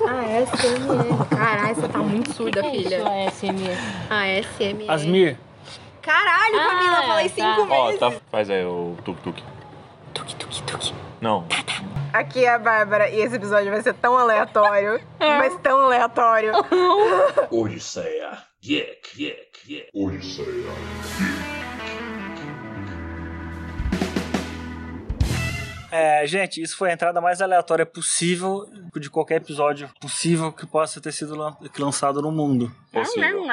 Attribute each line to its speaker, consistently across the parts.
Speaker 1: ASMR. Caralho, você tá muito surda,
Speaker 2: que
Speaker 1: filha.
Speaker 2: É isso, ASMR.
Speaker 1: ASMR.
Speaker 3: Asmir.
Speaker 1: Caralho,
Speaker 2: Ah,
Speaker 1: Camila, eu falei
Speaker 2: tá.
Speaker 1: cinco
Speaker 4: Ó,
Speaker 1: vezes.
Speaker 4: tá, faz aí o tuk-tuk.
Speaker 1: Tuque, tuque, tuque.
Speaker 4: Não,
Speaker 5: Tá,
Speaker 1: Aqui é a Bárbara e esse episódio vai ser tão aleatório,
Speaker 2: É.
Speaker 1: mas tão aleatório.
Speaker 6: Odisseia. Geek, geek, geek. Odisseia.
Speaker 3: É, gente, isso foi a entrada mais aleatória possível de qualquer episódio possível que possa ter sido lan- lançado no mundo.
Speaker 5: tá,
Speaker 4: possível.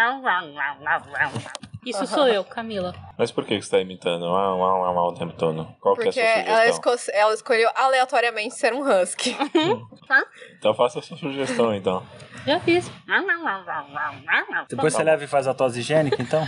Speaker 2: Isso sou eu, Camila.
Speaker 4: Mas por que que você tá imitando? Ah, ah, ah, ah, o tempo todo. Qual que é a
Speaker 5: Porque
Speaker 4: sua
Speaker 5: ela,
Speaker 4: sugestão?
Speaker 5: esco- ela escolheu aleatoriamente ser um husky.
Speaker 4: Então faça a sua sugestão, então.
Speaker 2: Já fiz.
Speaker 5: Ah, tá
Speaker 3: Depois você leva e faz a tosse higiênica, então?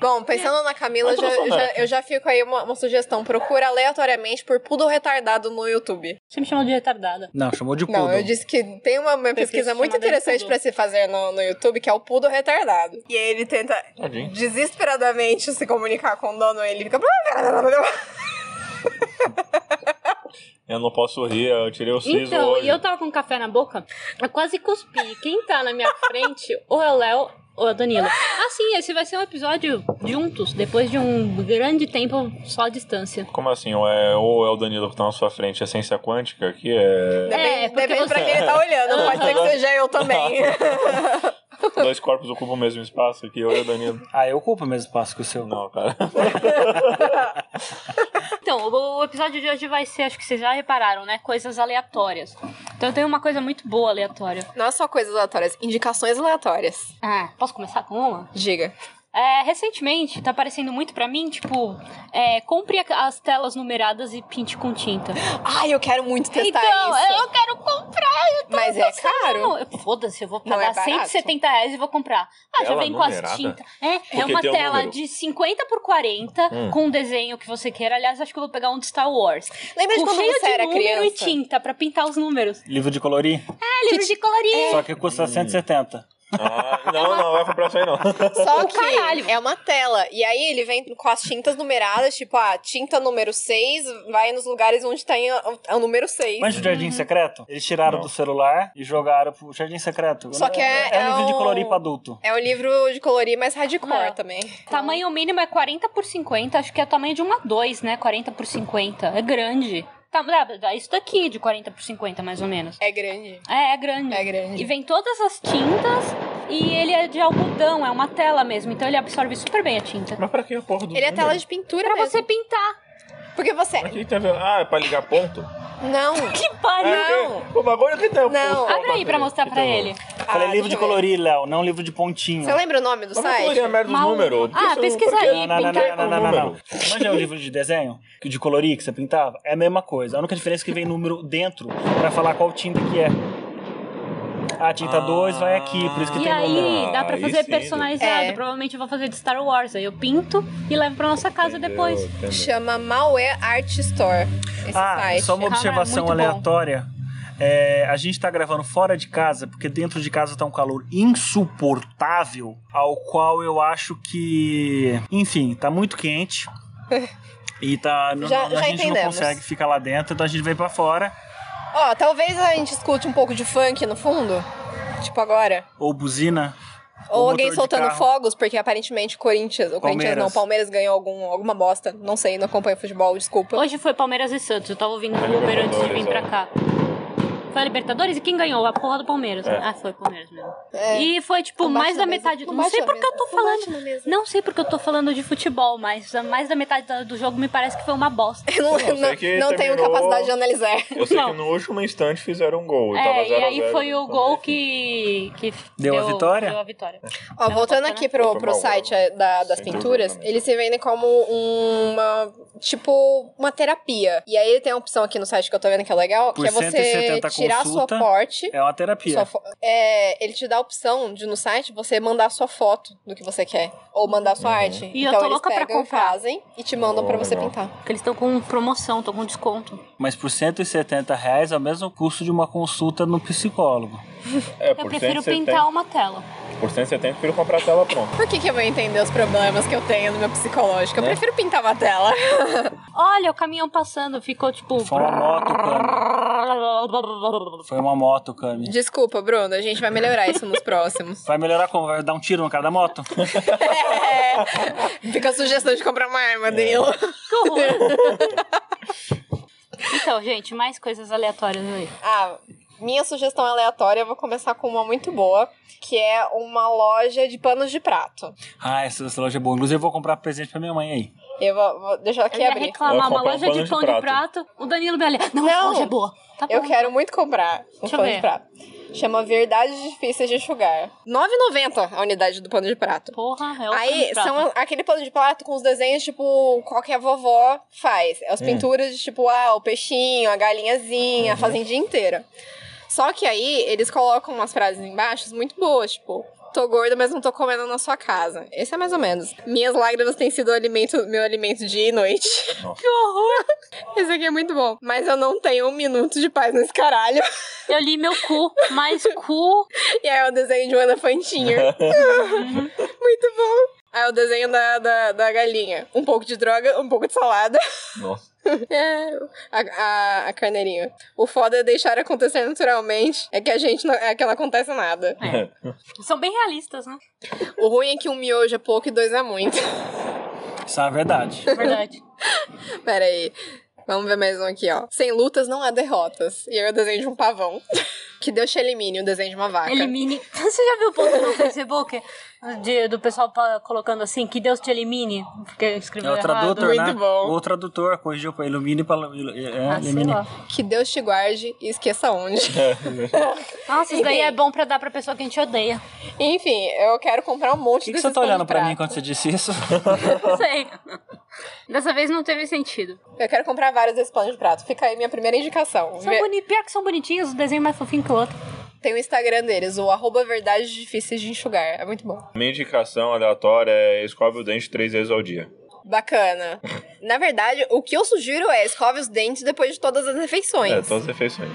Speaker 5: Bom, pensando na Camila,
Speaker 4: Mas eu
Speaker 5: já-
Speaker 4: sou
Speaker 5: já-
Speaker 4: nerd.
Speaker 5: eu já fico aí uma, uma sugestão. Procura aleatoriamente por Pudo Retardado no YouTube.
Speaker 2: Você me chamou de retardada.
Speaker 3: Não, chamou de
Speaker 5: Não, eu
Speaker 3: poodle.
Speaker 5: disse que tem uma, uma pesquisa
Speaker 2: pesquisa
Speaker 5: muito
Speaker 2: chamada de
Speaker 5: interessante
Speaker 2: Pudo.
Speaker 5: pra se fazer no, no YouTube, que é o Pudo Retardado. E aí ele tenta
Speaker 4: Tadinho.
Speaker 5: desesperadamente se comunicar com o dono, ele fica...
Speaker 4: Eu não posso rir, eu tirei o siso
Speaker 2: Então,
Speaker 4: hoje.
Speaker 2: e eu tava com café na boca, eu quase cuspi. Quem tá na minha frente, ou é o Léo ou é o Danilo. Assim, esse vai ser um episódio juntos, depois de um grande tempo só à distância.
Speaker 4: Como assim? Ou é, ou é o Danilo que tá na sua frente, é ciência quântica, que é
Speaker 5: Ainda bem- ainda
Speaker 2: porque
Speaker 5: bem
Speaker 2: você-
Speaker 5: pra quem ele tá olhando, pode ser que seja eu também.
Speaker 4: dois corpos ocupam o mesmo espaço que eu e o Danilo.
Speaker 3: Ah, eu ocupo o mesmo espaço que o seu.
Speaker 4: Não, cara.
Speaker 2: Então, o o episódio de hoje vai ser, acho que vocês já repararam, né? Coisas aleatórias. Então eu tenho uma coisa muito boa aleatória.
Speaker 5: Não é só coisas aleatórias, indicações aleatórias.
Speaker 2: Ah, posso começar com uma?
Speaker 5: Diga.
Speaker 2: É, recentemente, tá aparecendo muito pra mim, tipo, é, compre a- as telas numeradas e pinte com tinta.
Speaker 5: Ai, eu quero muito testar
Speaker 2: então,
Speaker 5: Tá isso.
Speaker 2: eu quero comprar, eu tô
Speaker 5: Mas é
Speaker 2: pensando,
Speaker 5: caro.
Speaker 2: eu- Foda-se, eu vou
Speaker 5: Não é
Speaker 2: pagar
Speaker 5: barato?
Speaker 2: 170 reais e vou comprar. Ah, já
Speaker 4: Tela
Speaker 2: vem com
Speaker 4: numerada?
Speaker 2: as tintas. É,
Speaker 4: Porque
Speaker 2: é uma
Speaker 4: tem um
Speaker 2: tela
Speaker 4: número.
Speaker 2: de 50 por 40,
Speaker 4: Hum.
Speaker 2: com um desenho que você queira. Aliás, acho que eu vou pegar um de Star Wars.
Speaker 5: Lembra de
Speaker 2: Com
Speaker 5: quando
Speaker 2: cheio
Speaker 5: você
Speaker 2: é de um
Speaker 5: era
Speaker 2: número e
Speaker 5: criança?
Speaker 2: tinta pra pintar os números.
Speaker 3: Livro de colorir,
Speaker 2: É, livro de colorir.
Speaker 3: só que custa 170.
Speaker 4: Ah, não, não, vai comprar isso aí não.
Speaker 5: Só que
Speaker 2: Caralho.
Speaker 5: é uma tela. E aí ele vem com as tintas numeradas, tipo, ah, tinta número 6 vai nos lugares onde tem o- o número 6.
Speaker 3: Mas o Jardim Secreto, eles tiraram
Speaker 4: Não.
Speaker 3: do celular e jogaram pro Jardim Secreto.
Speaker 5: Só que é-
Speaker 3: É um livro de
Speaker 5: é o-
Speaker 3: colorir pra adulto.
Speaker 5: É um livro de colorir mais hardcore
Speaker 2: Não.
Speaker 5: também.
Speaker 2: Tamanho mínimo é 40 por 50, acho que é o tamanho de uma 2, né? 40 por 50. É grande. Tá, dá- dá isso daqui de 40 por 50, mais ou menos.
Speaker 5: É grande.
Speaker 2: É, é grande.
Speaker 5: É
Speaker 2: E
Speaker 5: grande.
Speaker 2: vem todas as tintas e ele é de algodão, é uma tela mesmo, então ele absorve super bem a tinta.
Speaker 4: Mas pra que a porra do
Speaker 5: Ele é tela
Speaker 4: número?
Speaker 5: de pintura
Speaker 2: Pra
Speaker 5: mesmo.
Speaker 2: você pintar.
Speaker 5: Porque você...
Speaker 4: Pra que tem a ver? Ah, é pra ligar ponto?
Speaker 5: Não.
Speaker 2: Que pariu!
Speaker 4: É porque O bagulho que tem o
Speaker 5: Não.
Speaker 4: ponto.
Speaker 2: Abre aí pra mostrar pra ele.
Speaker 3: Falei
Speaker 5: Ah, deixa
Speaker 3: livro de
Speaker 5: eu ver.
Speaker 3: colorir, Léo, não livro de pontinho.
Speaker 5: Você lembra o nome do
Speaker 4: Mas pra colorir
Speaker 5: site?
Speaker 4: a merda dos
Speaker 2: Mal-
Speaker 4: números? Por que
Speaker 2: Ah,
Speaker 4: você-
Speaker 2: pesquisa
Speaker 4: por que-
Speaker 2: aí,
Speaker 3: Não, não, não,
Speaker 2: pintar
Speaker 3: não,
Speaker 4: com
Speaker 3: não, não, não.
Speaker 4: número.
Speaker 3: Mas é um livro de desenho, que de colorir que você pintava, é a mesma coisa. A única diferença é que vem número dentro pra falar qual tinta que é. A tinta
Speaker 4: Ah.
Speaker 3: 2 vai aqui, por isso Ah, que
Speaker 2: Ah. E
Speaker 3: tem número.
Speaker 2: aí, dá pra
Speaker 4: Aí
Speaker 2: fazer
Speaker 4: sim,
Speaker 2: personalizado.
Speaker 5: É.
Speaker 2: Provavelmente eu vou fazer de Star Wars. Aí eu pinto e levo pra nossa casa
Speaker 4: Entendeu,
Speaker 2: depois.
Speaker 4: entendeu.
Speaker 5: Chama Malware Art Store. Esse
Speaker 3: Ah,
Speaker 5: site.
Speaker 3: só uma
Speaker 2: Cara,
Speaker 3: observação
Speaker 2: é muito bom.
Speaker 3: aleatória. É, a gente tá gravando fora de casa, porque dentro de casa tá um calor insuportável, ao qual eu acho que. Enfim, tá muito quente. E tá. n-
Speaker 5: Já-
Speaker 3: a
Speaker 5: já
Speaker 3: gente não
Speaker 5: entendemos.
Speaker 3: consegue ficar lá dentro, então a gente veio pra fora.
Speaker 5: Ó, talvez a gente escute um pouco de funk no fundo. Tipo agora.
Speaker 3: Ou buzina.
Speaker 5: Ou
Speaker 3: ou
Speaker 5: alguém
Speaker 3: motor de
Speaker 5: soltando
Speaker 3: carro.
Speaker 5: fogos, porque aparentemente o Corinthians, o Corinthians não,
Speaker 3: Palmeiras.
Speaker 5: o Palmeiras ganhou algum, alguma bosta. Não sei, não acompanho futebol, desculpa.
Speaker 2: Hoje foi Palmeiras e Santos. Eu tava ouvindo no Uber antes de vir pra cá. Foi a Libertadores e quem ganhou? A porra do Palmeiras. né? Ah, foi o Palmeiras mesmo.
Speaker 5: É.
Speaker 2: E foi, tipo,
Speaker 5: Não bate
Speaker 2: mais
Speaker 5: na
Speaker 2: da
Speaker 5: mesa.
Speaker 2: metade. Não,
Speaker 5: bate
Speaker 2: sei
Speaker 5: na
Speaker 2: porque
Speaker 5: mesa.
Speaker 2: eu tô
Speaker 5: Não bate
Speaker 2: falando.
Speaker 5: na mesa.
Speaker 2: Não sei porque eu tô falando de futebol, mas a- mais da metade da- do jogo me parece que foi uma bosta.
Speaker 5: Eu não,
Speaker 4: sei
Speaker 5: não-
Speaker 4: que
Speaker 5: não tenho
Speaker 4: terminou-
Speaker 5: capacidade de analisar.
Speaker 4: Eu sei que
Speaker 2: Não.
Speaker 4: no último instante fizeram um gol. e tava
Speaker 2: É, e
Speaker 4: 0 a
Speaker 2: aí
Speaker 4: 0,
Speaker 2: foi o
Speaker 4: então,
Speaker 2: gol
Speaker 4: enfim.
Speaker 2: que. que f-
Speaker 3: Deu a vitória?
Speaker 2: Deu a vitória.
Speaker 5: Ó,
Speaker 2: Não,
Speaker 5: voltando
Speaker 2: bota,
Speaker 5: aqui
Speaker 2: né?
Speaker 5: pro,
Speaker 4: Foi
Speaker 5: pro
Speaker 4: mal,
Speaker 5: site
Speaker 4: né?
Speaker 5: é, da- das
Speaker 4: Sem
Speaker 5: pinturas,
Speaker 4: dúvida, né?
Speaker 5: ele se vende como uma. Tipo, uma terapia. E aí ele tem uma opção aqui no site que eu tô vendo que é legal,
Speaker 3: Por
Speaker 5: que é você
Speaker 3: 170
Speaker 5: tirar a sua
Speaker 3: consulta.
Speaker 5: porte.
Speaker 3: É uma terapia.
Speaker 5: sua fo- é, ele te dá a opção de no site você mandar a sua foto do que você quer. Ou mandar a sua arte.
Speaker 2: E eu
Speaker 5: então
Speaker 2: tô
Speaker 5: eles
Speaker 2: louca pra
Speaker 5: pegam e
Speaker 2: comprar.
Speaker 5: fazem e te mandam
Speaker 4: Oh,
Speaker 5: pra você
Speaker 4: legal.
Speaker 5: pintar.
Speaker 2: Porque eles estão com promoção, estão com desconto.
Speaker 3: Mas por 170 reais é o mesmo custo de uma consulta no psicólogo.
Speaker 4: É,
Speaker 2: Eu
Speaker 4: por
Speaker 2: prefiro
Speaker 4: 170,
Speaker 2: pintar uma tela.
Speaker 4: Por 170, eu prefiro comprar a tela pronta.
Speaker 5: Por que, que eu vou entender os problemas que eu tenho no meu psicológico? Eu prefiro pintar uma tela.
Speaker 2: Olha, o caminhão passando ficou tipo.
Speaker 3: Foi uma moto, cara. Foi uma moto, Cami.
Speaker 5: Desculpa, Bruno, a gente vai melhorar isso nos próximos.
Speaker 3: Vai melhorar como? Vai dar um tiro no cara da moto?
Speaker 5: Fica a sugestão de comprar uma arma, Danilo.
Speaker 2: Que horror. então, gente, mais coisas aleatórias aí.
Speaker 5: Ah, minha sugestão aleatória, eu vou começar com uma muito boa, que é uma loja de panos de prato.
Speaker 3: Ah, essa, essa loja é boa. Inclusive, eu vou comprar presente pra minha mãe aí.
Speaker 5: Eu vou, vou deixar
Speaker 2: Eu
Speaker 5: aqui
Speaker 2: ia
Speaker 5: abrir.
Speaker 4: Eu
Speaker 2: reclamar
Speaker 4: vou
Speaker 2: uma
Speaker 4: comprar um
Speaker 2: loja
Speaker 4: pano
Speaker 2: de
Speaker 4: de
Speaker 2: pão de prato. o Danilo Belé. Não,
Speaker 5: Não.
Speaker 2: essa loja é boa. Tá bom.
Speaker 5: Eu quero muito comprar um
Speaker 2: Deixa eu
Speaker 5: pano de
Speaker 2: ver.
Speaker 5: prato. Chama Verdades Difíceis de Enxugar. R$ 9,90 a unidade do pano de prato.
Speaker 2: Porra, é o pano
Speaker 5: Aí
Speaker 2: de prato.
Speaker 5: são a- aquele pano de prato com os desenhos, tipo, qualquer vovó faz. As
Speaker 3: Hum.
Speaker 5: pinturas de tipo, ah, o peixinho, a galinhazinha, a fazendinha inteira. Só que aí eles colocam umas frases embaixo muito boas, tipo. Tô gorda, mas não tô comendo na sua casa. Esse é mais ou menos. Minhas lágrimas têm sido o alimento, meu alimento dia e noite.
Speaker 4: Nossa.
Speaker 5: Que horror! Esse aqui é muito bom. Mas eu não tenho um minuto de paz nesse caralho.
Speaker 2: Eu li meu cu, mas cu.
Speaker 5: E aí é o desenho de um elefantinho. Uhum. Muito bom. Aí é o desenho da, da, da galinha. Um pouco de droga, um pouco de salada.
Speaker 4: Nossa.
Speaker 5: É, a, a, a carneirinha. O foda é deixar acontecer naturalmente. É que a gente não, é que não acontece nada.
Speaker 2: É. São bem realistas, né?
Speaker 5: O ruim é que um miojo é pouco e dois é muito.
Speaker 3: Isso é uma verdade.
Speaker 2: Verdade.
Speaker 5: Pera aí. Vamos ver mais um aqui, ó. Sem lutas não há derrotas. E aí é o desenho de um pavão. Que Deus te elimine, o desenho de uma vaca.
Speaker 2: Elimine. Você já viu o post no Facebook de- do pessoal pa- colocando assim, que Deus te elimine? Porque
Speaker 3: É
Speaker 2: escreveu
Speaker 3: o
Speaker 2: errado.
Speaker 3: tradutor, né?
Speaker 5: Muito bom.
Speaker 3: O tradutor corrigiu pra ilumine pra é,
Speaker 2: Ah, sei
Speaker 3: ilumine.
Speaker 2: lá.
Speaker 5: Que Deus te guarde e esqueça onde.
Speaker 2: Nossa, isso daí é bom pra dar pra pessoa que a gente odeia.
Speaker 5: Enfim, eu quero comprar um monte
Speaker 3: O que, que
Speaker 5: desses
Speaker 3: você tá olhando pra mim
Speaker 5: panos de
Speaker 3: quando você disse isso?
Speaker 2: Não sei. Dessa vez não teve sentido.
Speaker 5: prato. Eu quero comprar vários desses panos de prato. Fica aí minha primeira indicação.
Speaker 2: São
Speaker 5: Vê-
Speaker 2: boni... Pior que são bonitinhos, o desenho é mais fofinho que o outro.
Speaker 5: Tem o Instagram deles, o arroba verdades difíceis de enxugar. É muito bom.
Speaker 4: Minha indicação aleatória é escove o dente três vezes ao dia.
Speaker 5: Bacana. Na verdade, o que eu sugiro é escove os dentes depois de todas as refeições.
Speaker 4: É, todas as refeições.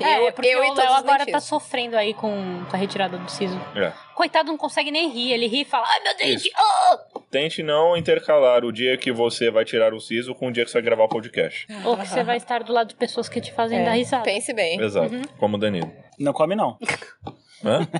Speaker 2: É,
Speaker 5: Eu-
Speaker 2: porque
Speaker 5: eu e
Speaker 2: o
Speaker 5: todos
Speaker 2: Léo
Speaker 5: os
Speaker 2: agora tá
Speaker 5: dentistas.
Speaker 2: sofrendo aí com a retirada do siso.
Speaker 4: É.
Speaker 2: Coitado, não consegue nem rir. Ele ri e fala, ai meu dente!
Speaker 4: Isso.
Speaker 2: ah!"
Speaker 4: Tente não intercalar o dia que você vai tirar o siso com o dia que você vai gravar o podcast.
Speaker 2: Ou que você vai estar do lado de pessoas que te fazem
Speaker 5: É.
Speaker 2: dar risada.
Speaker 5: Pense bem.
Speaker 4: Exato. Como o Danilo.
Speaker 3: Não come, não.
Speaker 4: Hã?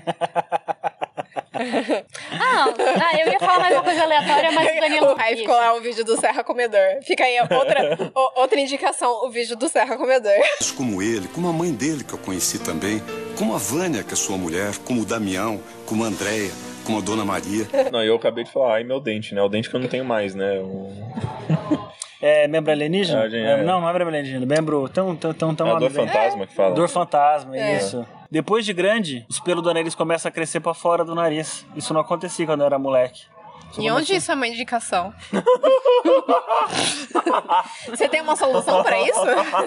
Speaker 2: Ah, ah, eu ia falar mais uma coisa aleatória, mas o Danilo...
Speaker 5: Aí ficou lá o vídeo do Serra Comedor. Fica aí outra, o- outra indicação, o vídeo do Serra Comedor.
Speaker 7: Pessoas como ele, como a mãe dele que eu conheci também, como a Vânia, que é sua mulher, como o Damião, como a Andréia, como a Dona Maria.
Speaker 4: Não, eu acabei de falar, ai meu dente, né? O dente que eu não tenho mais, né? O-
Speaker 3: É membro alienígena?
Speaker 4: Ah, gente, é.
Speaker 3: Não, não é membro alienígena. Membro. Tão, tão, tão, tão
Speaker 4: É a dor
Speaker 3: nome dele.
Speaker 4: fantasma que fala.
Speaker 3: Dor fantasma,
Speaker 5: É.
Speaker 3: isso. Depois de grande, os pelos do nariz começam a crescer pra fora do nariz. Isso não acontecia quando eu era moleque. Isso
Speaker 5: E onde
Speaker 3: começou-
Speaker 5: isso é uma indicação? Você tem uma solução pra isso?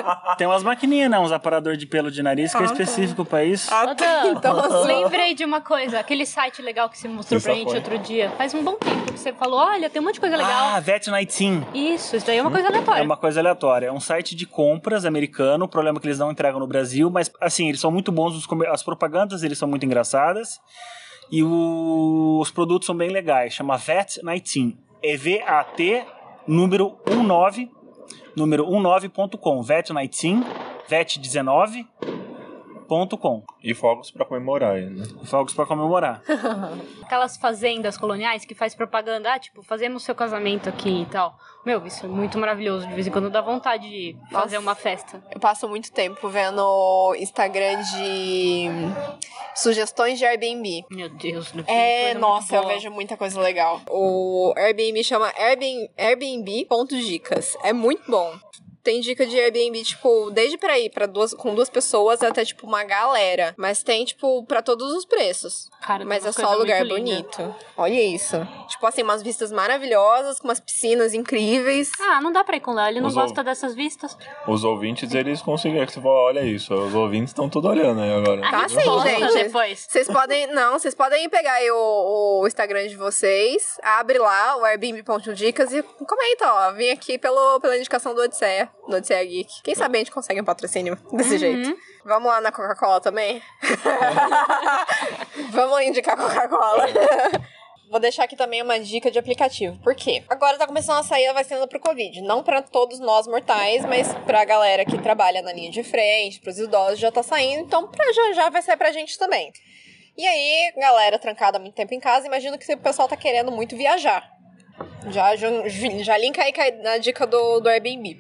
Speaker 3: Ah, Tem umas maquininhas, né? Uns aparador de pelo de nariz que é específico pra isso.
Speaker 5: tá. Ah, tá. Então, assim,
Speaker 2: Lembrei de uma coisa, aquele site legal que você mostrou
Speaker 4: Se
Speaker 2: pra gente
Speaker 4: safou, hein?
Speaker 2: outro dia. Faz um bom tempo que você falou, olha, tem um monte de coisa
Speaker 3: Ah,
Speaker 2: legal.
Speaker 3: Vet 19.
Speaker 2: Isso, isso daí é uma coisa
Speaker 3: É
Speaker 2: aleatória.
Speaker 3: uma coisa aleatória. É um site de compras americano. O problema é que eles não entregam no Brasil, mas assim, eles são muito bons. os comer- As propagandas eles são muito engraçadas. E o- os produtos são bem legais. Chama VAT19. É V-A-T, número 19, número 19.com. VAT19, VAT19.com.
Speaker 4: E fogos pra comemorar, né?
Speaker 3: Fogos pra comemorar.
Speaker 2: Aquelas fazendas coloniais que faz propaganda, ah, tipo, fazemos seu casamento aqui e tal. Meu, isso é muito maravilhoso. De vez em quando dá vontade de fazer uma festa.
Speaker 5: Eu passo muito tempo vendo Instagram de sugestões de Airbnb.
Speaker 2: Meu Deus, não
Speaker 5: É,
Speaker 2: coisa muito
Speaker 5: nossa, eu
Speaker 2: boa.
Speaker 5: vejo muita coisa legal. O Airbnb chama Airbnb, Airbnb.dicas. É muito bom. Tem dica de Airbnb, tipo, desde pra ir pra duas, com duas pessoas até, tipo, uma galera. Mas tem, tipo, pra todos os preços.
Speaker 2: Cara, tem
Speaker 5: Mas é
Speaker 2: umas
Speaker 5: só
Speaker 2: coisas
Speaker 5: lugar
Speaker 2: muito lindas.
Speaker 5: bonito. Olha isso. Tipo assim, umas vistas maravilhosas, com umas piscinas incríveis.
Speaker 2: Ah, não dá pra ir com o Léo, ele não
Speaker 4: Os
Speaker 2: gosta dessas vistas.
Speaker 5: Tá
Speaker 4: Os ouvintes, eles conseguiram. que Você falou, olha isso, os ouvintes estão tudo olhando aí agora.
Speaker 5: Tá
Speaker 2: A gente
Speaker 5: sim,
Speaker 2: volta
Speaker 5: gente.
Speaker 2: Depois.
Speaker 5: Vocês podem. Não, vocês podem pegar aí o, o Instagram de vocês, abre lá o Airbnb.dicas e comenta, ó. Vim aqui pelo, pela indicação do Odisseia, do Odisseia Geek. Quem sabe a gente consegue um patrocínio desse
Speaker 2: Uhum.
Speaker 5: jeito. Vamos lá na Coca-Cola também? Vamos indicar Coca-Cola. Vou deixar aqui também uma dica de aplicativo. Por quê? Agora tá começando a sair a vacina pro Covid. Não pra todos nós mortais, mas pra galera que trabalha na linha de frente, pros idosos já tá saindo. Então pra já já vai sair pra gente também. E aí, galera trancada há muito tempo em casa, imagino que o pessoal tá querendo muito viajar. Já, já, já linka aí cai- na dica do, do Airbnb.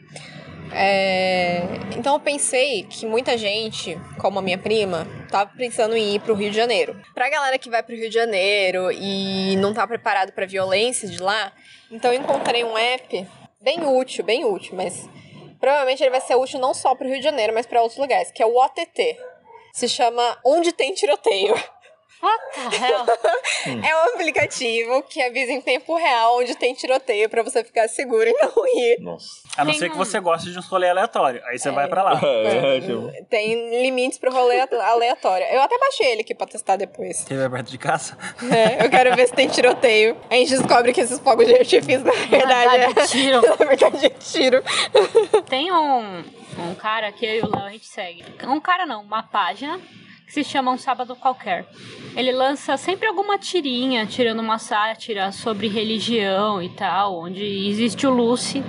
Speaker 5: É, Então eu pensei que muita gente, como a minha prima, tava pensando em ir pro Rio de Janeiro. Pra galera que vai pro Rio de Janeiro e não tá preparado pra violência de lá, então eu encontrei um app bem útil, bem útil, mas provavelmente ele vai ser útil não só pro Rio de Janeiro, mas pra outros lugares, que é o OTT. Se chama Onde Tem Tiroteio.
Speaker 2: What the hell?
Speaker 5: É um aplicativo que avisa em tempo real onde tem tiroteio pra você ficar seguro e não ir.
Speaker 4: Nossa.
Speaker 3: A não
Speaker 2: Tem
Speaker 3: ser que
Speaker 2: um-
Speaker 3: você goste de um rolê aleatório. Aí você vai pra lá.
Speaker 4: É, tipo,
Speaker 5: Tem limites pro rolê at- aleatório. Eu até baixei ele aqui pra testar depois.
Speaker 3: Teve aberto de caça?
Speaker 5: É, eu quero ver se tem tiroteio. A gente descobre que esses fogos de artifício, na verdade, é...
Speaker 2: Verdade, é tiro.
Speaker 5: Na verdade, é tiro.
Speaker 2: Tem um, um cara que eu e o Léo a gente segue. Um cara não, uma página que se chama Um Sábado Qualquer. Ele lança sempre alguma tirinha, tirando uma sátira sobre religião e tal, onde existe o Lucy,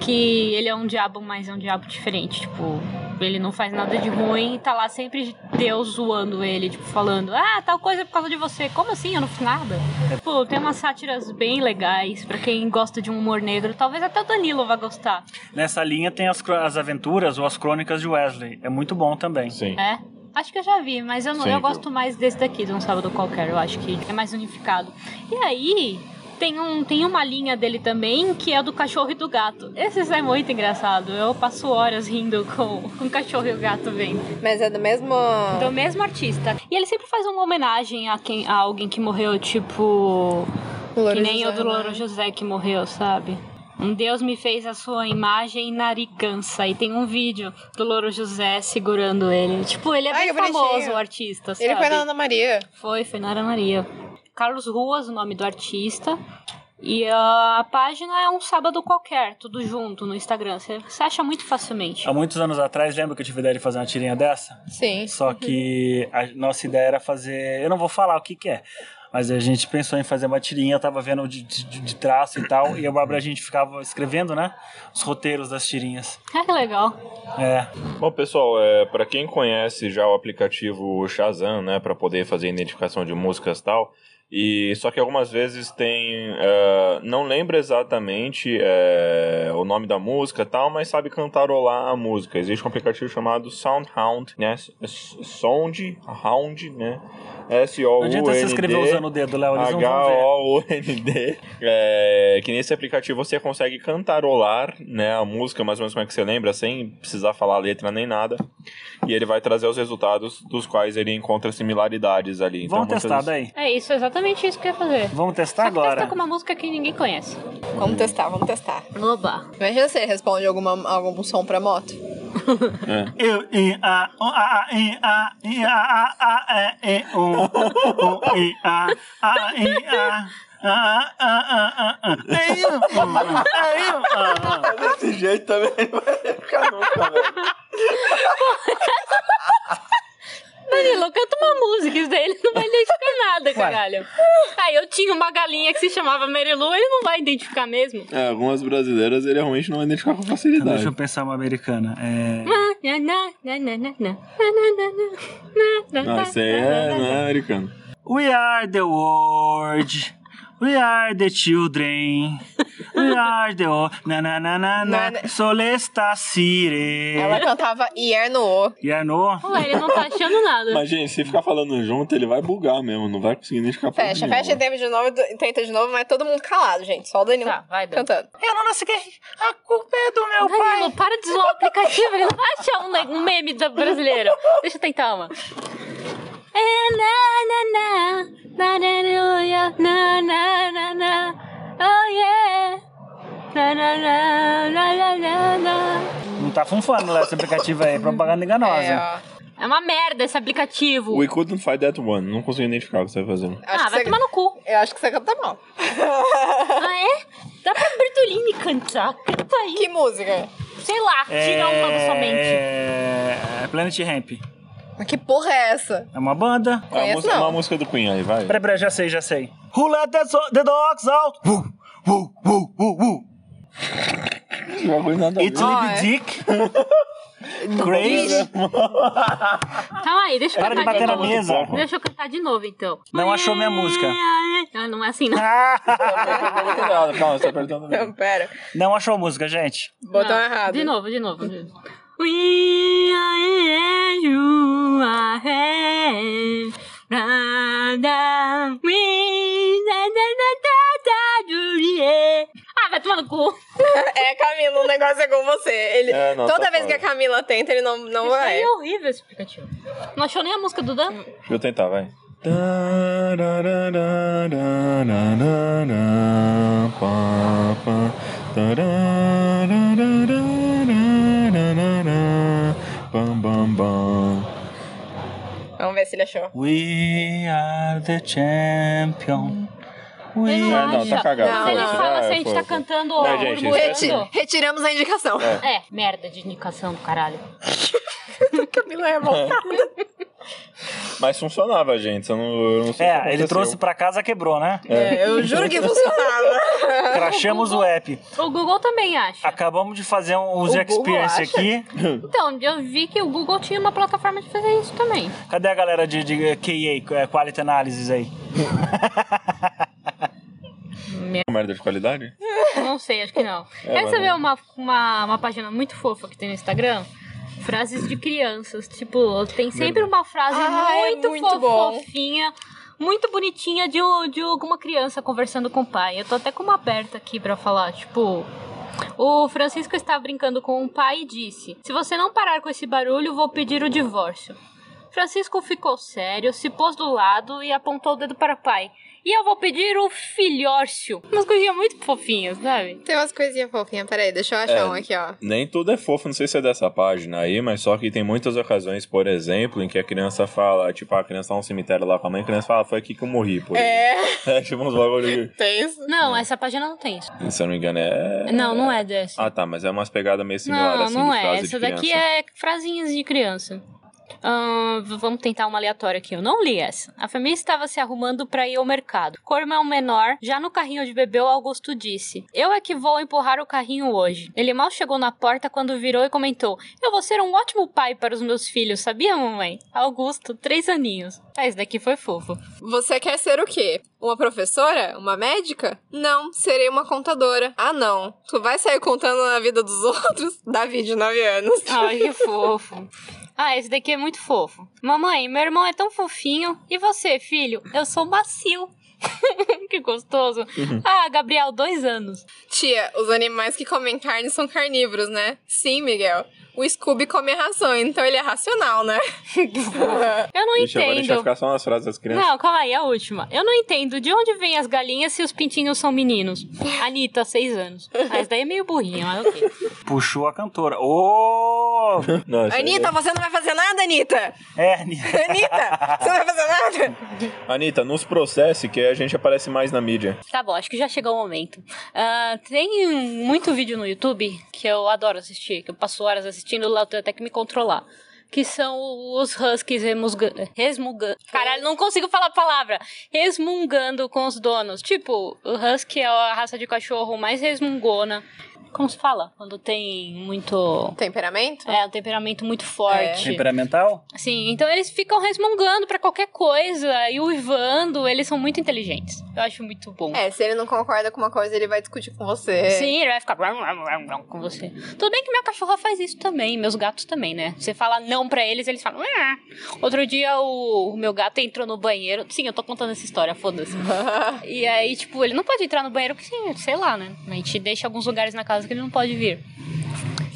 Speaker 2: que ele é um diabo, mas é um diabo diferente, tipo, ele não faz nada de ruim e tá lá sempre Deus zoando ele, tipo, falando, ah, tal coisa é por causa de você, como assim? Eu não fiz nada. Tipo, tem umas sátiras bem legais pra quem gosta de um humor negro, talvez até o Danilo vá gostar.
Speaker 3: Nessa linha tem as, cro- as aventuras ou as crônicas de Wesley. É muito bom também.
Speaker 4: sim.
Speaker 2: É? Acho que eu já vi, mas eu, não,
Speaker 4: Sim,
Speaker 2: eu
Speaker 4: viu?
Speaker 2: gosto mais desse daqui, de um sábado qualquer. Eu acho que é mais unificado. E aí, tem, um, tem uma linha dele também, que é do cachorro e do gato. Esse é muito engraçado. Eu passo horas rindo com, com o cachorro e o gato vendo.
Speaker 5: Mas é do mesmo...
Speaker 2: Do mesmo artista. E ele sempre faz uma homenagem a, quem, a alguém que morreu, tipo. que nem o do
Speaker 5: né?
Speaker 2: Louro José que morreu, sabe? Um Deus me fez a sua imagem na arigança. E tem um vídeo do Louro José segurando ele. Tipo, ele é
Speaker 5: Ai,
Speaker 2: bem
Speaker 5: que bonitinho.
Speaker 2: famoso, o artista, sabe?
Speaker 5: Ele foi na Ana Maria.
Speaker 2: Foi, foi na Ana Maria. Carlos Ruas, o nome do artista. E a página é um sábado qualquer, tudo junto no Instagram. Você você acha muito facilmente.
Speaker 3: Há muitos anos atrás, lembra que eu tive a ideia de fazer uma tirinha dessa?
Speaker 5: Sim.
Speaker 3: Só que a nossa ideia era fazer. Eu não vou falar o que, que é. Mas a gente pensou em fazer uma tirinha, eu tava vendo de, de- de traço e tal. E eu, Bárbara, a gente ficava escrevendo, né? Os roteiros das tirinhas.
Speaker 2: Ah, que legal.
Speaker 3: É.
Speaker 4: Bom, pessoal, é, para quem conhece já o aplicativo Shazam, né, para poder fazer identificação de músicas e tal, e só que algumas vezes tem, é, não lembra exatamente é, o nome da música e tal, mas sabe cantarolar a música. Existe um aplicativo chamado SoundHound, né, S- S- SoundHound, né, S O U
Speaker 3: Não
Speaker 4: N D.
Speaker 3: adianta você escrever usando o dedo, Léo. Então, Eles não vão ver.
Speaker 4: H-O-O-N-D. É, que nesse aplicativo você consegue cantarolar né, a música, mais ou menos como é que você lembra, sem precisar falar a letra nem nada. E ele vai trazer os resultados dos quais ele encontra similaridades ali. Então,
Speaker 3: Vamos
Speaker 4: muitas
Speaker 3: testar
Speaker 4: vezes-
Speaker 3: daí.
Speaker 2: É isso, é exatamente isso que eu ia fazer.
Speaker 3: Vamos
Speaker 2: Só
Speaker 3: testar
Speaker 2: que
Speaker 3: agora.
Speaker 2: testa com uma música que ninguém conhece.
Speaker 5: Vamos testar, vamos testar.
Speaker 2: Loba.
Speaker 5: Imagina se ele responde alguma, algum som pra moto.
Speaker 3: Eu, i, a, o, a, a, i, a, i, a, a, a, e, e, o, o, i, a, a, i, a, a, a, a, a, a, e, o, o, a, e, o, a, a.
Speaker 8: Desse jeito também não vai ficar nunca, velho.
Speaker 2: Danilo, canta uma música, isso daí ele não vai identificar nada, caralho. Aí eu tinha uma galinha que se chamava Merilu, ele não vai identificar mesmo.
Speaker 4: É, algumas brasileiras ele realmente não vai identificar com
Speaker 3: Deixa eu
Speaker 4: facilidade.
Speaker 3: pensar uma americana. É...
Speaker 2: Na, na, na, na, na, na, na, na, na, na, na,
Speaker 4: Não,
Speaker 2: na,
Speaker 4: isso aí
Speaker 2: na, na,
Speaker 4: é, não
Speaker 2: na.
Speaker 4: é americano.
Speaker 3: We are the world. We are the children. We are the world. Na, na, na, na, na.
Speaker 5: Na-
Speaker 3: Solesta Sire.
Speaker 5: Ela cantava Ierno.
Speaker 3: Yarno.
Speaker 2: Pô, ele não tá achando nada.
Speaker 4: Mas, gente, se ficar falando junto, ele vai bugar mesmo, não vai conseguir identificar porra
Speaker 5: Fecha,
Speaker 4: nenhuma.
Speaker 5: fecha e tenta de novo, tenta de novo, mas todo mundo calado, gente. Só o Danilo
Speaker 2: Tá, vai, Dan.
Speaker 5: cantando.
Speaker 3: Eu não nasci gay. A culpa é do meu pai.
Speaker 2: Danilo, para de zoar o aplicativo, ele não vai achar um, ne- um meme da brasileira. Deixa eu tentar uma. É, na, na, na, aleluia, na, na, na, na, oh yeah, na, na, na, na, na, na, na.
Speaker 3: Não tá funfando lá esse aplicativo aí. Propaganda enganosa.
Speaker 5: É, ó.
Speaker 2: É uma merda esse aplicativo.
Speaker 4: We couldn't find that one. Não consegui identificar o que você tá fazendo.
Speaker 5: Acho
Speaker 2: ah,
Speaker 5: que
Speaker 2: vai
Speaker 5: você-
Speaker 2: tomar no cu.
Speaker 5: Eu acho que você canta mal.
Speaker 2: Ah, é? Dá pra Bertolini cantar. Canta aí.
Speaker 5: Que música? um
Speaker 2: um Sei lá, tira uma da sua mente.
Speaker 3: É... Planet Ramp.
Speaker 5: Mas que porra é essa?
Speaker 3: É uma banda.
Speaker 4: É uma,
Speaker 5: Conheço,
Speaker 4: música, é uma
Speaker 5: não.
Speaker 4: música do Queen aí, vai.
Speaker 3: Peraí, peraí, já sei, já sei. Who let the, so- the dogs out? Woo, woo, woo, woo, woo. It's
Speaker 5: Ah,
Speaker 3: Lib
Speaker 5: é?
Speaker 3: Dick. Grace.
Speaker 2: Calma Então aí, deixa eu
Speaker 3: Para de
Speaker 2: cantar
Speaker 3: bater
Speaker 2: de
Speaker 3: na
Speaker 2: novo.
Speaker 3: mesa.
Speaker 2: Deixa eu cantar de novo, então.
Speaker 3: Não achou minha música.
Speaker 2: Ah, Não é assim, não.
Speaker 4: Calma, você tá apertando
Speaker 5: Não, pera.
Speaker 3: Não achou a música, gente.
Speaker 5: Botão
Speaker 2: Não,
Speaker 5: errado.
Speaker 2: De novo, de novo. de novo. We are you are brother. We da da da da da Juliet. Ah, vai tomar no cu.
Speaker 5: É, Camila, o negócio é com você. Ele,
Speaker 4: É, não,
Speaker 5: toda
Speaker 4: tá
Speaker 5: vez
Speaker 4: foda.
Speaker 5: que a Camila tenta, ele não, não
Speaker 2: Isso aí
Speaker 5: Então vai.
Speaker 2: é horrível esse aplicativo. Não achou nem a música do Dan?
Speaker 4: Deixa eu tentar, vai.
Speaker 5: Vamos ver se ele achou.
Speaker 3: We are the champion.
Speaker 2: Ele
Speaker 3: We
Speaker 2: não
Speaker 4: É,
Speaker 3: are...
Speaker 4: não,
Speaker 2: acha.
Speaker 4: tá cagado,
Speaker 2: Não, ele
Speaker 4: foda-se,
Speaker 2: fala
Speaker 4: vai,
Speaker 2: se a gente tá
Speaker 4: foda-se.
Speaker 2: cantando
Speaker 4: Não,
Speaker 2: ou
Speaker 4: gente,
Speaker 5: Reti-
Speaker 2: murmurando.
Speaker 5: retiramos a indicação.
Speaker 2: É, merda de indicação do caralho.
Speaker 5: Camila é bom.
Speaker 4: Mas funcionava, gente. Eu não, eu não sei o que
Speaker 3: É, ele
Speaker 4: aconteceu.
Speaker 3: trouxe pra casa, quebrou, né?
Speaker 5: É, eu juro que funcionava.
Speaker 3: Crachamos o app.
Speaker 2: O Google também acha.
Speaker 4: Ah.
Speaker 3: Acabamos de fazer um
Speaker 5: O
Speaker 3: user
Speaker 5: Google
Speaker 3: experience
Speaker 5: acha?
Speaker 3: aqui.
Speaker 2: Então, eu vi que o Google tinha uma plataforma de fazer isso também.
Speaker 3: Cadê a galera de, de QA, eh, Quality Analysis aí?
Speaker 4: Merda de qualidade?
Speaker 2: Não sei, acho que não.
Speaker 4: É,
Speaker 2: Aí você
Speaker 4: mas-
Speaker 2: vê uma, uma, uma página muito fofa que tem no Instagram. Frases de crianças. Tipo, tem sempre uma frase
Speaker 5: Ah, é
Speaker 2: muito,
Speaker 5: muito
Speaker 2: fo-
Speaker 5: bom.
Speaker 2: fofinha, muito bonitinha de, o- de alguma criança conversando com o pai. Eu tô até com uma aberta aqui pra falar, tipo. O Francisco estava brincando com o pai e disse: Se você não parar com esse barulho, vou pedir o divórcio. Francisco ficou sério, se pôs do lado e apontou o dedo para o pai. E eu vou pedir o filhórcio. Umas coisinhas muito fofinhas, sabe?
Speaker 5: Tem umas coisinhas fofinhas. Peraí, deixa eu achar
Speaker 4: É.
Speaker 5: um aqui, ó.
Speaker 4: Nem tudo é fofo, não sei se é dessa página aí, mas só que tem muitas ocasiões, por exemplo, em que a criança fala, tipo, a criança tá num cemitério lá com a mãe, a criança fala, foi aqui que eu morri, pô.
Speaker 5: É,
Speaker 4: É, tipo uns bagulho.
Speaker 5: tem isso.
Speaker 2: Não, essa página não tem isso.
Speaker 4: que, Se eu não me engano, é.
Speaker 2: Não, não é dessa.
Speaker 4: Ah, tá, mas é umas pegadas meio similares,
Speaker 2: não,
Speaker 4: assim,
Speaker 2: não
Speaker 4: de
Speaker 2: é.
Speaker 4: frase de
Speaker 2: Essa daqui
Speaker 4: criança.
Speaker 2: é frasinhas de criança. Ahn, v- vamos tentar uma aleatória aqui. Eu não li essa. A família estava se arrumando para ir ao mercado. Como é um menor, já no carrinho de bebê, o Augusto disse: Eu é que vou empurrar o carrinho hoje. Ele mal chegou na porta quando virou e comentou: Eu vou ser um ótimo pai para os meus filhos, sabia, mamãe? Augusto, três aninhos. Ah, esse daqui foi fofo.
Speaker 5: Você quer ser o quê? Uma professora? Uma médica? Não, serei uma contadora. Ah, não. Tu vai sair contando a vida dos outros? Davi, de 9 anos.
Speaker 2: Ai, que fofo. Ah, esse daqui é muito fofo. Mamãe, meu irmão é tão fofinho. E você, filho? Eu sou macio. que gostoso.
Speaker 4: Uhum.
Speaker 2: Ah, Gabriel, dois anos.
Speaker 5: Tia, os animais que comem carne são carnívoros, né? Sim, Miguel. O Scooby come a ração, então ele é racional, né?
Speaker 2: Eu não
Speaker 4: Ixi, agora a gente vai
Speaker 2: entendo.
Speaker 4: ficar só nas frases das crianças.
Speaker 2: Não, calma aí, a última. Eu não entendo de onde vêm as galinhas se os pintinhos são meninos. Anitta, seis anos. Ah, esse daí é meio burrinho, mas ok.
Speaker 3: Puxou a cantora. Ô!
Speaker 4: Não, isso aí-
Speaker 5: Anitta, você não vai fazer nada, Anitta!
Speaker 3: É, Ni-
Speaker 5: Anitta, você não vai fazer nada?
Speaker 4: Anitta, nos processe que a gente aparece mais na mídia.
Speaker 2: Tá bom, acho que já chegou o momento. Ah, tem um- muito vídeo no YouTube que eu adoro assistir, que eu passo horas assistindo lá, eu tenho até que me controlar. Que são os huskies resmungando. Caralho, não consigo falar a palavra. Resmungando com os donos. Tipo, o husky é a raça de cachorro mais resmungona. Como se fala? Quando tem muito.
Speaker 5: Temperamento?
Speaker 2: É, um temperamento muito
Speaker 3: É.
Speaker 2: forte.
Speaker 3: Temperamental?
Speaker 2: Sim, então eles ficam resmungando pra qualquer coisa e uivando. Eles são muito inteligentes. Eu acho muito bom.
Speaker 5: É, se ele não concorda com uma coisa, ele vai discutir com você.
Speaker 2: Sim, ele vai ficar com você. Tudo bem que minha cachorra faz isso também, meus gatos também, né? Você fala não pra eles, eles falam. "Ah". Outro dia o, o meu gato entrou no banheiro. Sim, eu tô contando essa história, foda-se. e aí, tipo, ele não pode entrar no banheiro porque, sim, sei lá, né? A gente deixa alguns lugares na casa que ele não pode vir.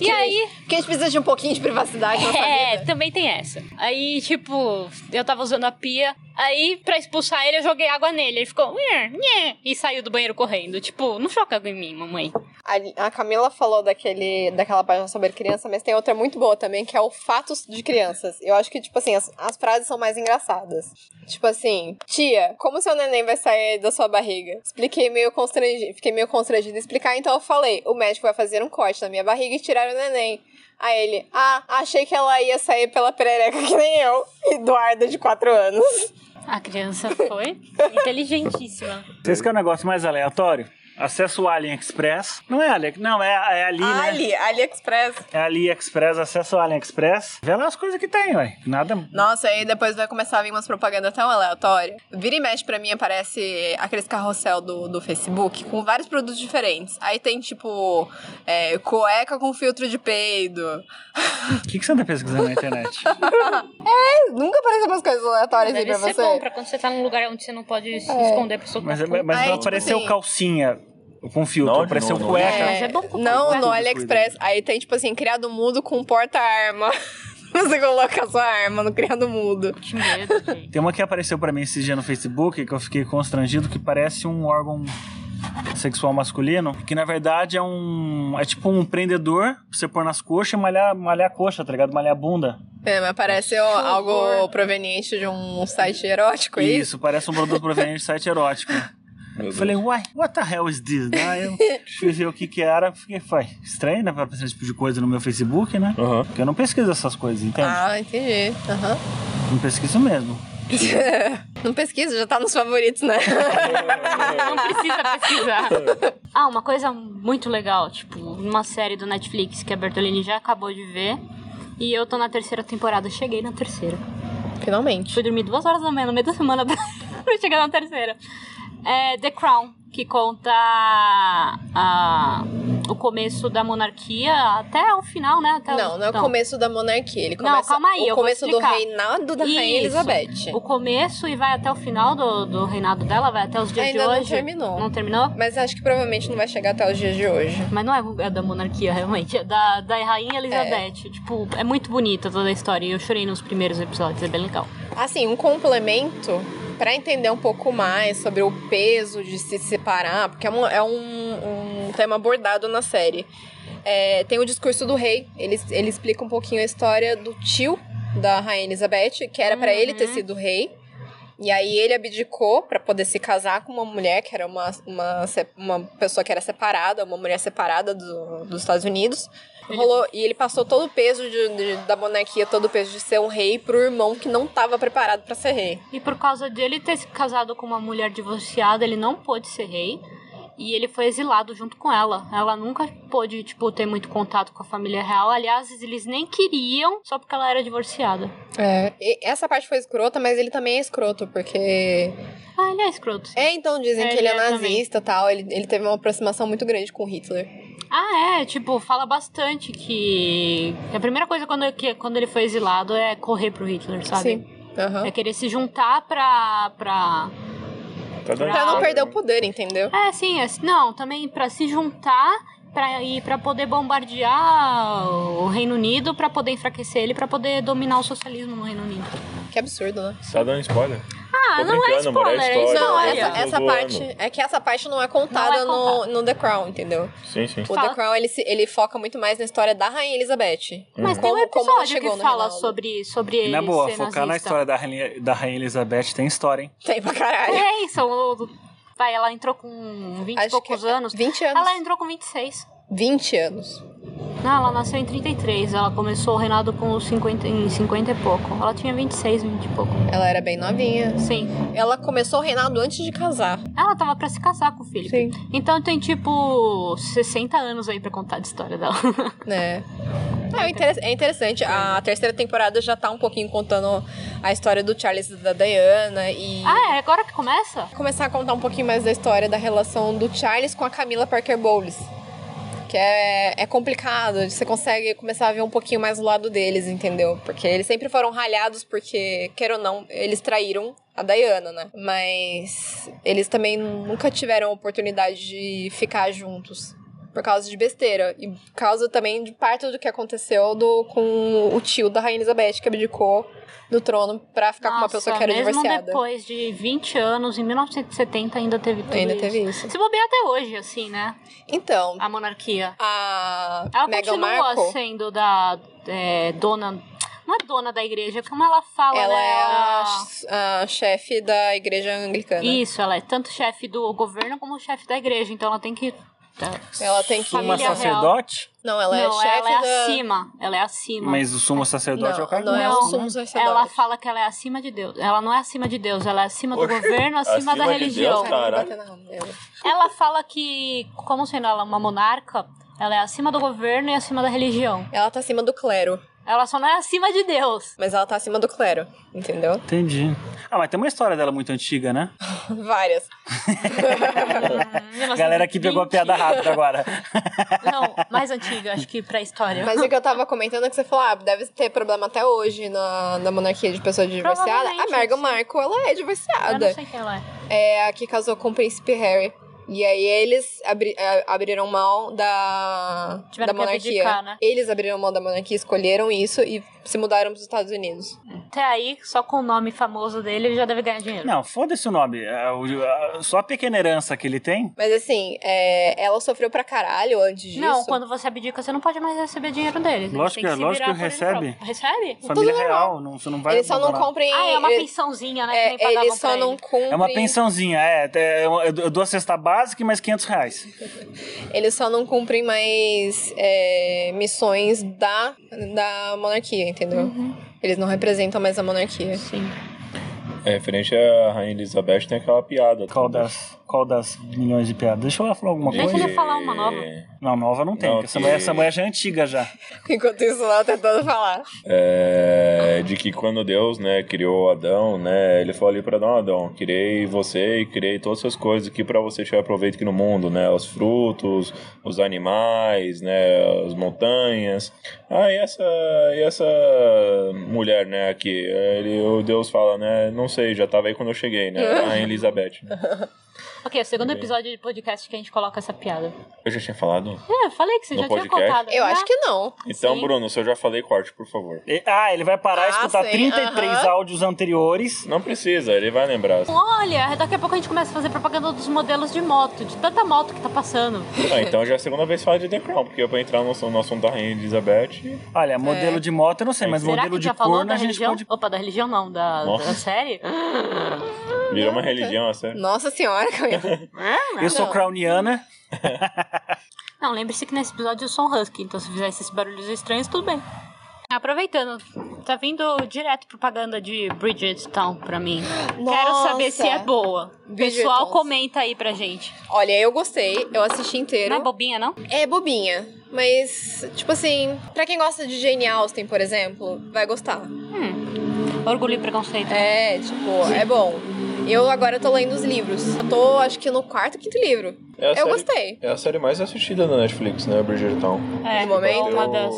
Speaker 2: E aí,
Speaker 5: Porque a gente precisa de um pouquinho de privacidade na
Speaker 2: é,
Speaker 5: vida.
Speaker 2: também tem essa. Aí, tipo, eu tava usando a pia. Aí, pra expulsar ele, eu joguei água nele. Ele ficou. "Nhê, nhê", E saiu do banheiro correndo. Tipo, não choca em mim, mamãe.
Speaker 5: A, a Camila falou daquele, daquela página sobre criança, mas tem outra muito boa também, que é o Fatos de Crianças. Eu acho que, tipo assim, as, as frases são mais engraçadas. Tipo assim, tia, como seu neném vai sair da sua barriga? Expliquei meio constrangida, fiquei meio constrangida em explicar, então eu falei, o médico vai fazer um corte na minha barriga e tirar o neném. Aí ele, ah, achei que ela ia sair pela perereca que nem eu. Eduarda, de 4 anos.
Speaker 2: A criança foi inteligentíssima.
Speaker 3: Vocês querem um negócio mais aleatório? Acessa o Alien Express. Não é Alien, não, é, é ali, né?
Speaker 5: Ali, AliExpress.
Speaker 3: É AliExpress, acessa o AliExpress. Vê lá as coisas que tem, ué. Nada.
Speaker 5: Nossa, aí depois vai começar a vir umas propagandas tão aleatórias. Vira e mexe pra mim aparece aqueles carrossel do, do Facebook com vários produtos diferentes. Aí tem tipo é, cueca com filtro de peido.
Speaker 3: O que, que você anda pesquisando na internet?
Speaker 5: Nunca aparecem umas coisas aleatórias aí
Speaker 2: Deve
Speaker 5: pra
Speaker 2: ser
Speaker 5: você.
Speaker 2: bom pra quando você É. tá num lugar onde você não pode se esconder pra soltar.
Speaker 3: Mas, é, mas
Speaker 5: Aí,
Speaker 3: não
Speaker 5: tipo
Speaker 3: apareceu
Speaker 5: assim-
Speaker 3: calcinha com filtro,
Speaker 4: Não,
Speaker 3: apareceu
Speaker 4: não, não.
Speaker 3: cueca.
Speaker 2: É, mas é bom comprar
Speaker 5: Não,
Speaker 2: cueca.
Speaker 5: no AliExpress. Aí tem tipo assim, criado mudo com porta-arma. Você coloca a sua arma no criado mudo.
Speaker 2: Que medo, gente.
Speaker 3: Tem uma que apareceu pra mim esse dia no Facebook que eu fiquei constrangido que parece um órgão sexual masculino, que na verdade é um é tipo um prendedor pra você pôr nas coxas e malhar, malhar a coxa, tá ligado? Malhar a bunda.
Speaker 5: É, mas parece ó, algo proveniente de um site erótico, é isso?
Speaker 3: Isso, parece um produto proveniente de site erótico.
Speaker 4: Meu
Speaker 3: Eu
Speaker 4: Deus.
Speaker 3: falei, uai, what the hell is this? Daí eu fui ver o que que era, fiquei, foi, estranho, né, pra aparecer esse tipo de coisa no meu Facebook, né?
Speaker 4: Aham.
Speaker 3: Porque eu não pesquiso essas coisas, entende?
Speaker 5: Ah, entendi. Aham.
Speaker 3: Não pesquiso mesmo.
Speaker 5: Não pesquisa, já tá nos favoritos, né?
Speaker 2: Não
Speaker 4: Tá
Speaker 2: precisa pesquisar. Ah, uma coisa muito legal, tipo, uma série do Netflix que a Bertolini já acabou de ver. E eu tô na terceira temporada, cheguei na terceira.
Speaker 5: Finalmente.
Speaker 2: Fui dormir duas horas da manhã, no meio da semana, pra pra chegar na terceira. É The Crown, que conta a- o começo da monarquia até o final, né? Até o-
Speaker 5: Não, não é o começo da monarquia. Ele
Speaker 2: Não,
Speaker 5: começa
Speaker 2: calma aí,
Speaker 5: o
Speaker 2: eu vou
Speaker 5: começo do
Speaker 2: explicar.
Speaker 5: reinado da Rainha
Speaker 2: Isso.
Speaker 5: Elizabeth.
Speaker 2: O começo e vai até o final do, do reinado dela, vai até os dias
Speaker 5: Ainda
Speaker 2: de
Speaker 5: não
Speaker 2: hoje.
Speaker 5: terminou.
Speaker 2: Não terminou?
Speaker 5: Mas acho que provavelmente não vai chegar até os dias de hoje.
Speaker 2: Mas não é, é da monarquia, realmente. É da, da rainha Elizabeth. Tipo, é muito bonita toda a história. E eu chorei nos primeiros episódios, é bem legal.
Speaker 5: Assim, um complemento pra entender um pouco mais sobre o peso de se separar, porque é um, é um- um tema abordado na série. É, tem o discurso do rei, ele, ele explica um pouquinho a história do tio da Rainha Elizabeth, que era pra
Speaker 2: Uhum.
Speaker 5: ele ter sido rei. E aí ele abdicou pra poder se casar com uma mulher que era uma, uma, se- uma pessoa que era separada, uma mulher separada do- dos Estados Unidos. Rolou, e ele passou todo o peso de- de- da monarquia, todo o peso de ser um rei pro irmão que não tava preparado pra ser rei.
Speaker 2: E por causa dele ter se casado com uma mulher divorciada, ele não pôde ser rei. E ele foi exilado junto com ela. Ela nunca pôde, tipo, ter muito contato com a família real. Aliás, eles nem queriam, só porque ela era divorciada.
Speaker 5: É. E essa parte foi escrota, mas ele também é escroto, porque.
Speaker 2: Ah, ele é escroto. sim.
Speaker 5: É, então dizem
Speaker 2: É,
Speaker 5: que ele é
Speaker 2: ele é também.
Speaker 5: nazista e tal. Ele, ele teve uma aproximação muito grande com Hitler.
Speaker 2: Ah, é, tipo, fala bastante que. que A primeira coisa quando, que, quando ele foi exilado é correr pro Hitler, sabe?
Speaker 5: Sim. Aham.
Speaker 2: É querer se juntar pra. pra...
Speaker 4: Tá dando
Speaker 5: Pra não
Speaker 4: errado,
Speaker 5: perder o
Speaker 4: né?
Speaker 5: poder, entendeu?
Speaker 2: É, sim, é, não, também pra se juntar pra, e pra poder bombardear o Reino Unido, pra poder enfraquecer ele, pra poder dominar o socialismo no Reino Unido.
Speaker 5: Que absurdo, né?
Speaker 4: Tá dando spoiler.
Speaker 2: Ah,
Speaker 4: Tô
Speaker 2: não é
Speaker 4: brincando, amor, é
Speaker 2: spoiler, é
Speaker 4: história.
Speaker 5: Não,
Speaker 2: história.
Speaker 5: essa,
Speaker 4: Tô
Speaker 5: essa
Speaker 4: zoando.
Speaker 5: parte. É que essa parte não é contada,
Speaker 2: Não é
Speaker 5: No, no The Crown, entendeu?
Speaker 4: Sim, sim.
Speaker 5: O
Speaker 2: Fala.
Speaker 5: The Crown ele, se- ele foca muito mais na história da Rainha Elizabeth.
Speaker 2: Mas tem um
Speaker 5: Como- como ela
Speaker 2: episódio
Speaker 5: chegou
Speaker 2: que
Speaker 5: no
Speaker 2: fala
Speaker 5: Reinaldo.
Speaker 2: sobre, sobre
Speaker 3: E
Speaker 2: ele
Speaker 3: na boa,
Speaker 2: ser
Speaker 3: focar
Speaker 2: nazista.
Speaker 3: na
Speaker 5: então?
Speaker 3: história da rainha, da rainha Elizabeth tem história, hein?
Speaker 5: Tem pra caralho.
Speaker 2: É isso, o- vai, ela entrou com 20 e
Speaker 5: Acho
Speaker 2: poucos
Speaker 5: que-
Speaker 2: anos.
Speaker 5: 20 anos.
Speaker 2: Ela é- entrou com 26.
Speaker 5: 20 anos.
Speaker 2: Não, ela nasceu em 33. Ela começou o reinado com os 50, em 50 e pouco. Ela tinha 26, 20 e pouco.
Speaker 5: Ela era bem novinha.
Speaker 2: Sim.
Speaker 5: Ela começou o reinado antes de casar.
Speaker 2: Ela tava pra se casar com o Felipe.
Speaker 5: Sim.
Speaker 2: Então tem tipo 60 anos aí pra contar de história dela.
Speaker 5: Né? É, inter- é interessante. A terceira temporada já tá um pouquinho contando a história do Charles e da Diana e.
Speaker 2: ah, é agora que começa?
Speaker 5: Começar a contar um pouquinho mais da história da relação do Charles com a Camila Parker Bowles. Que é, é complicado, você consegue começar a ver um pouquinho mais o lado deles, entendeu? Porque eles sempre foram ralhados, porque, queira ou não, eles traíram a Diana, né? Mas eles também nunca tiveram a oportunidade de ficar juntos. Por causa de besteira. E por causa também de parte do que aconteceu do, com o tio da Rainha Elizabeth, que abdicou do trono pra ficar com uma
Speaker 2: Nossa,
Speaker 5: pessoa que era
Speaker 2: mesmo
Speaker 5: divorciada.
Speaker 2: depois de 20 anos, em 1970 ainda teve tudo
Speaker 5: Ainda
Speaker 2: isso.
Speaker 5: teve isso.
Speaker 2: Se bobear até hoje, assim, né?
Speaker 5: Então,
Speaker 2: A monarquia.
Speaker 5: a
Speaker 2: Ela
Speaker 5: Meghan
Speaker 2: continua
Speaker 5: Markle,
Speaker 2: sendo da é, dona... Não é dona da igreja, como ela fala,
Speaker 5: ela
Speaker 2: né?
Speaker 5: é a, a chefe da igreja anglicana.
Speaker 2: Isso, ela é tanto chefe do governo como chefe da igreja, então ela tem que
Speaker 5: Ela tem que.
Speaker 3: Suma
Speaker 2: Família real.
Speaker 3: sacerdote,
Speaker 5: Não, ela
Speaker 2: não,
Speaker 5: é chefe
Speaker 2: ela é
Speaker 5: da.
Speaker 2: acima. Ela é acima.
Speaker 3: mas o sumo sacerdote é o
Speaker 5: Não,
Speaker 3: cargo.
Speaker 5: não é o
Speaker 2: Não,
Speaker 5: sumo
Speaker 2: Ela
Speaker 5: sacerdote.
Speaker 2: fala que ela é acima de Deus. Ela não é acima de Deus, ela é acima do
Speaker 4: Oxe,
Speaker 2: governo, acima,
Speaker 4: acima
Speaker 2: da
Speaker 4: de
Speaker 2: religião.
Speaker 4: Deus, cara.
Speaker 5: Vai bater na mão dela.
Speaker 2: Ela fala que, como sendo ela uma monarca, ela é acima do governo e acima da religião.
Speaker 5: Ela tá acima do clero.
Speaker 2: Ela só não é acima de Deus.
Speaker 5: Mas ela tá acima do clero, entendeu?
Speaker 3: Entendi. Ah, mas tem uma história dela muito antiga, né?
Speaker 5: Várias. Hum,
Speaker 3: Galera que pegou a piada rápida agora.
Speaker 2: Não, mais antiga, acho que pra história.
Speaker 5: Mas o que eu tava comentando é que você falou, ah, deve ter problema até hoje na, na monarquia de pessoa divorciada. A
Speaker 2: Provavelmente,
Speaker 5: Meghan
Speaker 2: sim.
Speaker 5: Markle, ela é
Speaker 2: Eu não
Speaker 5: divorciada.
Speaker 2: sei quem ela é.
Speaker 5: É a que casou com o príncipe Harry. E aí eles abri- a- abriram mão da,
Speaker 2: Tiveram
Speaker 5: da
Speaker 2: que
Speaker 5: monarquia.
Speaker 2: abdicar, né?
Speaker 5: Eles abriram mão da monarquia, escolheram isso e se mudaram pros Estados Unidos.
Speaker 2: Até aí, só com o nome famoso dele, ele já deve ganhar dinheiro.
Speaker 3: Não, foda-se o nome. É, o- a- Só a pequena herança que ele tem.
Speaker 5: Mas assim, é, ela sofreu pra caralho antes disso.
Speaker 2: Não, quando você abdica, você não pode mais receber dinheiro dele. Ele
Speaker 3: Lógico
Speaker 2: tem
Speaker 3: que- é,
Speaker 2: se
Speaker 3: lógico
Speaker 2: virar
Speaker 3: que
Speaker 2: por ele
Speaker 3: recebe.
Speaker 2: próprio. Recebe?
Speaker 3: Família
Speaker 5: normal.
Speaker 3: real, não, você não vai.
Speaker 5: eles só não
Speaker 3: abandonar.
Speaker 5: cumprem.
Speaker 2: Ah, é uma
Speaker 5: eles,
Speaker 2: pensãozinha, né?
Speaker 5: é,
Speaker 2: que nem pagavam
Speaker 5: eles só
Speaker 2: pra
Speaker 5: não
Speaker 2: ele.
Speaker 5: cumprem.
Speaker 3: É uma pensãozinha, é. é uma- eu dou a cesta básica e mais 500 reais.
Speaker 5: Eles só não cumprem mais é, missões da, da monarquia, entendeu?
Speaker 2: Uhum.
Speaker 5: Eles não representam mais a monarquia.
Speaker 2: Sim.
Speaker 4: É referente à Rainha Elizabeth, tem aquela piada.
Speaker 3: Qual
Speaker 4: toda.
Speaker 3: das, qual das milhões de piadas? Deixa eu falar alguma
Speaker 4: De-
Speaker 2: Deixa
Speaker 3: coisa.
Speaker 2: ele falar uma nova.
Speaker 4: é,
Speaker 3: Não, nova não tem.
Speaker 4: Não,
Speaker 3: porque essa,
Speaker 4: que-
Speaker 3: mulher, essa mulher já é antiga já.
Speaker 5: Enquanto isso, ela tentando falar.
Speaker 4: É, de que quando Deus, né, criou Adão, né, ele falou ali pra Adão, Adão, criei você e criei todas essas coisas aqui pra você tirar proveito aqui no mundo, né, os frutos, os animais, né, as montanhas. Ah, e essa, e essa mulher, né, aqui, ele, o Deus fala, né, não sei, já tava aí quando eu cheguei, né, a Elizabeth.
Speaker 2: Ok, é o segundo episódio de podcast que a gente coloca essa piada.
Speaker 4: Eu já tinha falado?
Speaker 2: É, eu falei que você
Speaker 4: No
Speaker 2: já tinha
Speaker 4: podcast?
Speaker 2: contado.
Speaker 5: Eu
Speaker 2: né?
Speaker 5: acho que não.
Speaker 4: Então,
Speaker 2: Sim.
Speaker 4: Bruno, se eu já falei, corte, por favor.
Speaker 3: E- Ah, ele vai parar e
Speaker 5: Ah,
Speaker 3: escutar
Speaker 5: sim,
Speaker 3: 33
Speaker 5: aham.
Speaker 3: áudios anteriores.
Speaker 4: Não precisa, ele vai lembrar.
Speaker 2: Olha, daqui a pouco a gente começa a fazer propaganda dos modelos de moto, de tanta moto que tá passando.
Speaker 4: Ah, então já é a segunda vez que fala de The Crown, porque pra entrar no, no assunto da Rainha Elizabeth...
Speaker 3: Olha, modelo de moto eu não sei, mas
Speaker 2: É. Será
Speaker 3: modelo
Speaker 2: que
Speaker 3: de
Speaker 2: já falou
Speaker 3: corno
Speaker 2: da
Speaker 3: a gente
Speaker 2: religião?
Speaker 3: pode.
Speaker 2: Opa, da religião não, da,
Speaker 4: Nossa.
Speaker 2: da série?
Speaker 4: Virou
Speaker 2: tá.
Speaker 4: uma religião, é sério.
Speaker 5: Nossa senhora, é Camila.
Speaker 3: Eu sou
Speaker 5: Não.
Speaker 3: crowniana.
Speaker 2: Não, lembre-se que nesse episódio eu sou um husky, então se fizer esses barulhos estranhos, tudo bem. Aproveitando, tá vindo direto propaganda de Bridgetown pra mim. Quero saber se é
Speaker 5: Nossa.
Speaker 2: boa.
Speaker 5: Bridgerton.
Speaker 2: Pessoal, comenta aí pra gente.
Speaker 5: Olha, eu gostei, eu assisti inteiro.
Speaker 2: Não é bobinha, não?
Speaker 5: É bobinha, mas, tipo assim, pra quem gosta de Jane Austen, por exemplo, vai gostar.
Speaker 2: Orgulho e preconceito.
Speaker 5: É, tipo, é bom. Eu agora tô lendo os livros. Eu tô, acho que no quarto, quinto livro.
Speaker 4: É a
Speaker 5: eu gostei.
Speaker 4: É a série mais assistida da Netflix, né, Bridgerton?
Speaker 2: É,
Speaker 5: no momento,
Speaker 2: uma das.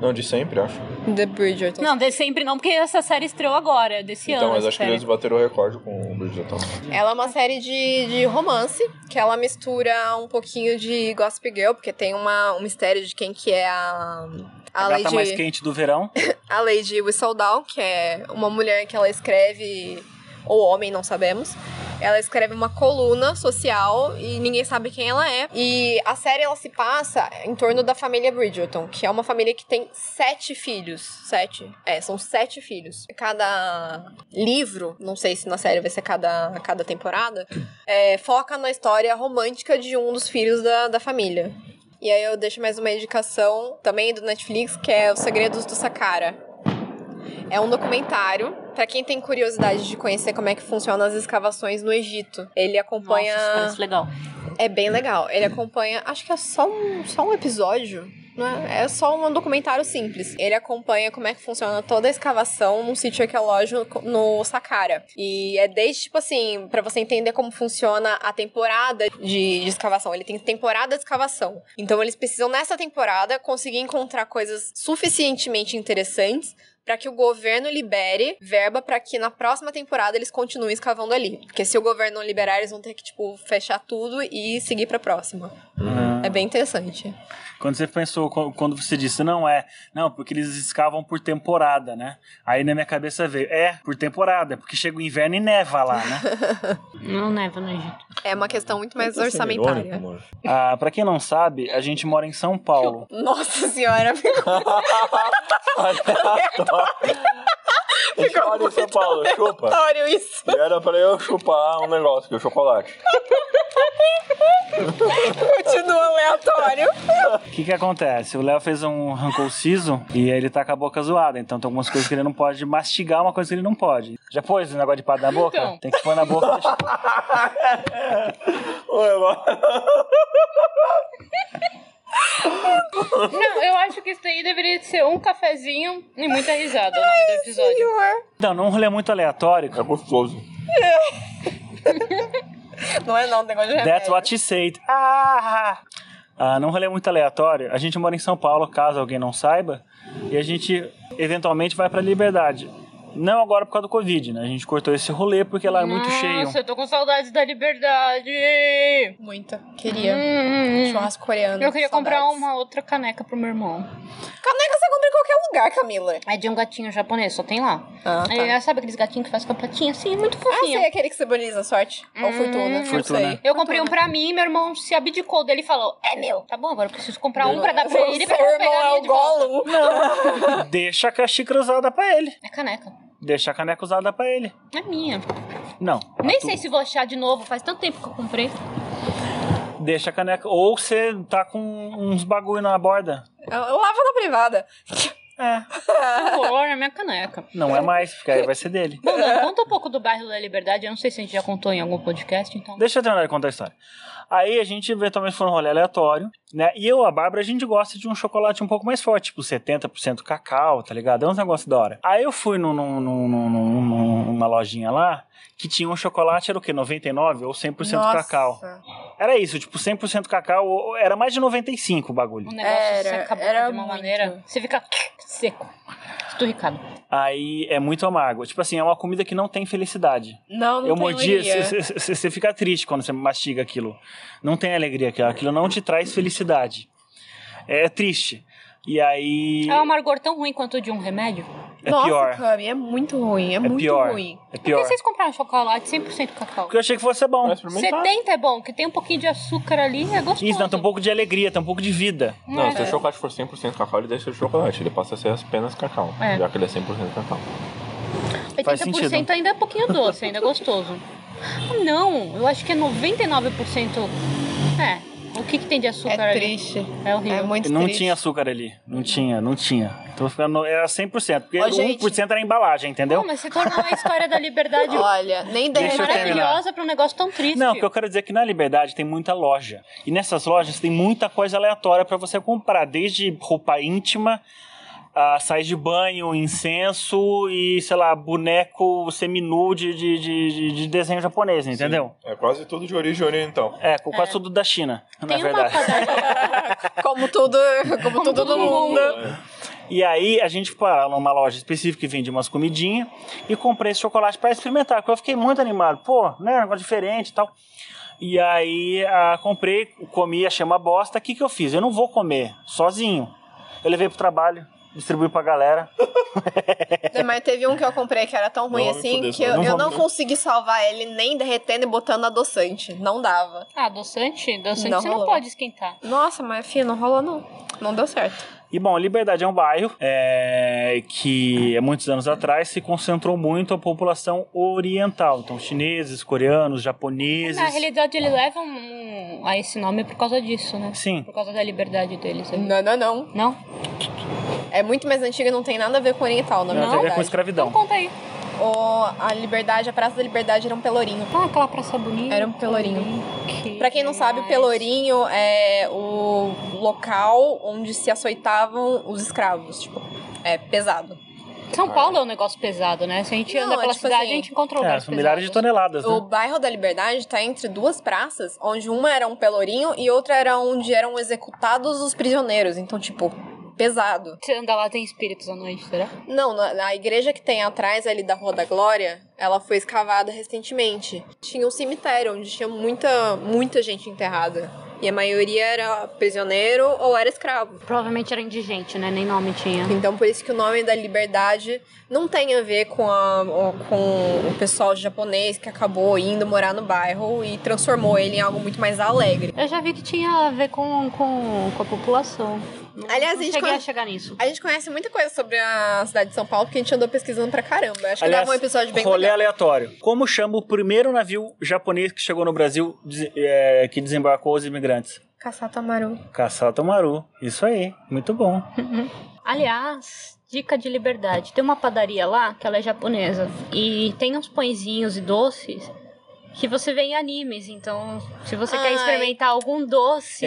Speaker 4: Não, de sempre, acho.
Speaker 5: The Bridgerton.
Speaker 2: Não, de sempre não, porque essa série estreou agora, desse
Speaker 4: então,
Speaker 2: ano.
Speaker 4: mas
Speaker 2: essa
Speaker 4: acho que
Speaker 2: série.
Speaker 4: eles bateram o recorde com o Bridgerton.
Speaker 5: Ela é uma série de, de romance, que ela mistura um pouquinho de Gossip Girl, porque tem uma, um mistério de quem que é a... A
Speaker 3: A gata mais
Speaker 5: Lady,
Speaker 3: quente do verão.
Speaker 5: a Lady Whistledown, que é uma mulher que ela escreve... Ou homem, não sabemos. Ela escreve uma coluna social e ninguém sabe quem ela é. E a série, ela se passa em torno da família Bridgerton, que é uma família que tem sete filhos. Sete? É, são sete filhos. Cada livro, não sei se na série vai ser cada, cada temporada, é, foca na história romântica de um dos filhos da, da família. E aí eu deixo mais uma indicação também do Netflix, que é Os Segredos do Sakara. É um documentário pra quem tem curiosidade de conhecer como é que funcionam as escavações no Egito. Ele
Speaker 2: Nossa,
Speaker 5: acompanha.
Speaker 2: isso parece legal.
Speaker 5: É bem legal. Ele acompanha. Acho que é só um, só um episódio. não é? é só um documentário simples. Ele acompanha como é que funciona toda a escavação num sítio arqueológico no Saqqara. E é desde, tipo assim, pra você entender como funciona a temporada de, de escavação. Ele tem temporada de escavação. Então eles precisam, nessa temporada, conseguir encontrar coisas suficientemente interessantes para que o governo libere verba para que na próxima temporada eles continuem escavando ali. Porque se o governo não liberar, eles vão ter que, tipo, fechar tudo e seguir pra próxima.
Speaker 2: Ah.
Speaker 5: É bem interessante.
Speaker 3: Quando você pensou, qu- quando você disse, não é, não, porque eles escavam por temporada, né? Aí na minha cabeça veio, é, por temporada, porque chega o inverno e neva lá, né?
Speaker 2: Não neva no Egito.
Speaker 5: É uma questão muito mais
Speaker 4: Tá sendo irônico,
Speaker 5: orçamentária.
Speaker 4: mano.
Speaker 3: ah, pra quem não sabe, a gente mora em São Paulo.
Speaker 5: Nossa senhora,
Speaker 4: A gente mora em São Paulo, chupa.
Speaker 5: Vitório, isso.
Speaker 4: E era pra eu chupar um negócio, que é o chocolate.
Speaker 5: Continua aleatório.
Speaker 3: O que que acontece? O Léo fez um rancor siso e ele tá com a boca zoada. Então tem algumas coisas que ele não pode mastigar, uma coisa que ele não pode. Já pôs o negócio de pato na boca?
Speaker 2: Então.
Speaker 3: Tem que pôr na boca. e deixar-
Speaker 8: Ué, mano.
Speaker 2: Não, eu acho que isso daí deveria ser um cafezinho e muita risada o nome do episódio.
Speaker 3: Não, num rolê muito aleatório.
Speaker 4: É gostoso.
Speaker 5: Não é não, tem negócio de
Speaker 3: That's
Speaker 5: remédio.
Speaker 3: what she said. Ah! Ah, num rolê muito aleatório, a gente mora em São Paulo, caso alguém não saiba, e a gente eventualmente vai pra Liberdade. Não agora por causa do Covid, né? A gente cortou esse rolê porque
Speaker 4: Tá
Speaker 3: lá é muito cheio.
Speaker 2: Nossa, eu tô com saudades da liberdade.
Speaker 5: Muita. Queria.
Speaker 2: Hum,
Speaker 5: Churrasco coreano.
Speaker 2: eu queria
Speaker 5: saudades.
Speaker 2: comprar uma outra caneca pro meu irmão.
Speaker 5: Caneca você compra em qualquer lugar, Camila.
Speaker 2: É de um gatinho japonês, só tem lá.
Speaker 5: Ah, tá.
Speaker 2: É, sabe aqueles gatinhos que faz com a plaquinha assim? é Muito
Speaker 5: Ah,
Speaker 2: fofinho.
Speaker 5: sei, aquele que simboliza sorte. Ou fortuna. Hum, não
Speaker 3: Fortuna.
Speaker 5: sei.
Speaker 2: Eu comprei um pra mim, meu irmão se abdicou dele e falou: É meu, tá bom, agora eu preciso comprar um pra dar pra ele
Speaker 5: O
Speaker 2: pra
Speaker 5: seu
Speaker 2: eu pegar a
Speaker 5: irmão
Speaker 2: minha
Speaker 5: é o
Speaker 2: de volta.
Speaker 5: Gollum.
Speaker 3: Deixa a xícara usada pra ele.
Speaker 2: É caneca.
Speaker 3: Deixa a caneca usada pra ele.
Speaker 2: É minha.
Speaker 3: Não.
Speaker 2: Nem
Speaker 3: a tua.
Speaker 2: sei se vou achar de novo, faz tanto tempo que eu comprei.
Speaker 3: Deixa a caneca. Ou você tá com uns bagulho na borda.
Speaker 5: Eu, eu lavo na privada.
Speaker 3: É.
Speaker 2: Color na minha caneca.
Speaker 3: Não é mais, porque aí vai ser dele.
Speaker 2: Bom, Dan, conta um pouco do bairro da Liberdade. Eu não sei se a gente já contou em algum podcast, então.
Speaker 3: Deixa eu terminar de contar a história. Aí a gente eventualmente foi num um rolê aleatório, né? E eu, a Bárbara, a gente gosta de um chocolate um pouco mais forte, tipo 70% cacau, tá ligado? É uns negócios da hora. Aí eu fui num, num- num- num- num- numa lojinha lá que tinha um chocolate, era o quê? 99% ou 100%
Speaker 5: Nossa.
Speaker 3: cacau? Era isso, tipo 100% cacau, ou- ou- era mais de 95% o bagulho.
Speaker 2: O negócio
Speaker 5: Era,
Speaker 2: seca a boca
Speaker 5: era
Speaker 2: de uma
Speaker 5: muito.
Speaker 2: maneira. Você fica seco. Esturricado.
Speaker 3: Aí é muito amargo. Tipo assim, é uma comida que não tem felicidade.
Speaker 5: Não, não
Speaker 3: eu
Speaker 5: tem
Speaker 3: mordi,
Speaker 5: alegria.
Speaker 3: você fica triste quando você mastiga aquilo. Não tem alegria aquilo, aquilo não te traz felicidade. É triste. E aí
Speaker 2: É um amargor tão ruim quanto o de um remédio.
Speaker 3: é
Speaker 5: Nossa,
Speaker 3: pior.
Speaker 5: Cami, é muito ruim. É, muito
Speaker 3: pior.
Speaker 5: ruim.
Speaker 3: É
Speaker 2: Por
Speaker 3: pior.
Speaker 2: que vocês compraram chocolate 100% cacau?
Speaker 3: Porque eu achei que fosse bom.
Speaker 4: Mas pra mim tá.
Speaker 2: 70 é bom, que tem um pouquinho de açúcar ali, é gostoso.
Speaker 3: Isso dá um pouco de alegria, tem um pouco de vida.
Speaker 4: Não,
Speaker 2: É.
Speaker 4: se o chocolate for 100% cacau, ele deixa de chocolate. Ele passa a ser apenas cacau.
Speaker 2: É.
Speaker 4: Já que ele é 100% cacau.
Speaker 3: Faz
Speaker 2: 80%
Speaker 3: sentido.
Speaker 2: ainda é um pouquinho doce, ainda é gostoso. Ah, Não, eu acho que é 99%. É, o que, que tem de açúcar
Speaker 5: É
Speaker 2: ali?
Speaker 5: triste.
Speaker 2: É horrível.
Speaker 5: É muito
Speaker 3: não
Speaker 5: triste.
Speaker 3: tinha açúcar ali. Não tinha, não tinha. Então, Tô ficando, era 100%. Porque
Speaker 5: Ó,
Speaker 3: 1% era a embalagem, entendeu?
Speaker 2: Não, mas você tornou a história da liberdade
Speaker 5: Olha, nem
Speaker 3: Deixa eu
Speaker 5: derrete.
Speaker 3: terminar.
Speaker 2: maravilhosa pra um negócio tão triste.
Speaker 3: Não, o que eu quero dizer é que na Liberdade tem muita loja. E nessas lojas tem muita coisa aleatória pra você comprar, desde roupa íntima, a sais de banho, incenso e, sei lá, boneco seminu de, de, de, de desenho japonês, entendeu?
Speaker 4: É quase tudo de origem então. oriental.
Speaker 3: É, com quase tudo da China, na
Speaker 2: Tem uma
Speaker 3: verdade.
Speaker 2: padaria
Speaker 5: Como tudo, como tudo
Speaker 2: todo
Speaker 5: no mundo.
Speaker 3: E aí a gente parou numa loja específica que vendia umas comidinhas e comprei esse chocolate pra experimentar, porque eu fiquei muito animado. Pô, né, negócio diferente e tal. E aí ah, comprei, comi, achei uma bosta. O que, que eu fiz? Eu não vou comer sozinho. Eu levei pro trabalho, distribuí pra galera.
Speaker 5: Mas teve um que eu comprei que era tão ruim
Speaker 4: Não, me
Speaker 5: assim
Speaker 4: fudeu,
Speaker 5: que eu eu
Speaker 3: não
Speaker 5: não,
Speaker 3: vou-
Speaker 5: consegui salvar ele nem derretendo e botando adoçante. Não dava.
Speaker 2: Ah, adoçante? Adoçante
Speaker 5: Não
Speaker 2: você não
Speaker 5: rolou.
Speaker 2: pode esquentar.
Speaker 5: Nossa, mas filha, não rolou não. Não deu certo.
Speaker 3: E bom, Liberdade é um bairro é, que há muitos anos atrás se concentrou muito a população oriental. Então, chineses, coreanos, japoneses.
Speaker 2: Na realidade, ele leva um, um- a esse nome por causa disso, né?
Speaker 3: Sim.
Speaker 2: Por causa da liberdade deles. né?
Speaker 5: Não, não, não.
Speaker 2: Não?
Speaker 5: É muito mais antiga e não tem nada a ver com oriental, na
Speaker 3: Não, tem a ver
Speaker 5: verdade.
Speaker 3: com
Speaker 2: Então
Speaker 3: escravidão.
Speaker 2: conta aí.
Speaker 5: O- a Liberdade, a Praça da Liberdade era um pelourinho.
Speaker 2: Ah, aquela praça bonita.
Speaker 5: Era um pelourinho.
Speaker 2: Que
Speaker 5: Pra quem não sabe, o
Speaker 2: demais.
Speaker 5: pelourinho é o local onde se açoitavam os escravos. Tipo, é pesado.
Speaker 2: São Paulo é um negócio pesado, né? Se a gente
Speaker 5: Não,
Speaker 2: anda
Speaker 5: é
Speaker 2: pela
Speaker 5: tipo
Speaker 2: cidade,
Speaker 5: assim,
Speaker 2: a gente encontra
Speaker 3: É,
Speaker 2: lugares
Speaker 3: são milhares de
Speaker 2: pesados.
Speaker 3: toneladas, né?
Speaker 5: O bairro da Liberdade tá entre duas praças, onde uma era um pelourinho e outra era onde eram executados os prisioneiros. Então, tipo, pesado.
Speaker 2: Você anda lá, tem espíritos à noite, será?
Speaker 5: Não, na, na igreja que tem atrás ali da Rua da Glória, ela foi escavada recentemente. Tinha um cemitério onde tinha muita, muita gente enterrada. E a maioria era prisioneiro ou era escravo.
Speaker 2: Provavelmente era indigente, né? Nem nome tinha.
Speaker 5: Então, por isso que o nome da liberdade não tem a ver com, a- o- com o pessoal japonês que acabou indo morar no bairro e transformou ele em algo muito mais alegre.
Speaker 2: Eu já vi que tinha a ver com, com, com a população. Não,
Speaker 5: Aliás,
Speaker 2: não
Speaker 5: a gente
Speaker 2: cheguei
Speaker 5: con-
Speaker 2: a chegar nisso.
Speaker 5: A gente conhece muita coisa sobre a cidade de São Paulo, porque a gente andou pesquisando pra caramba. Acho que dava um episódio bem
Speaker 3: rolê
Speaker 5: legal.
Speaker 3: aleatório. Como chama o primeiro navio japonês que chegou no Brasil des- é, que desembarcou os imigrantes?
Speaker 5: Caçata Amaru.
Speaker 3: Caçata Maru. Isso aí. Muito bom.
Speaker 2: Aliás, dica de liberdade. Tem uma padaria lá, que ela é japonesa, e tem uns pãezinhos e doces que você vê em animes. Então, se você quer
Speaker 5: Ai.
Speaker 2: experimentar algum doce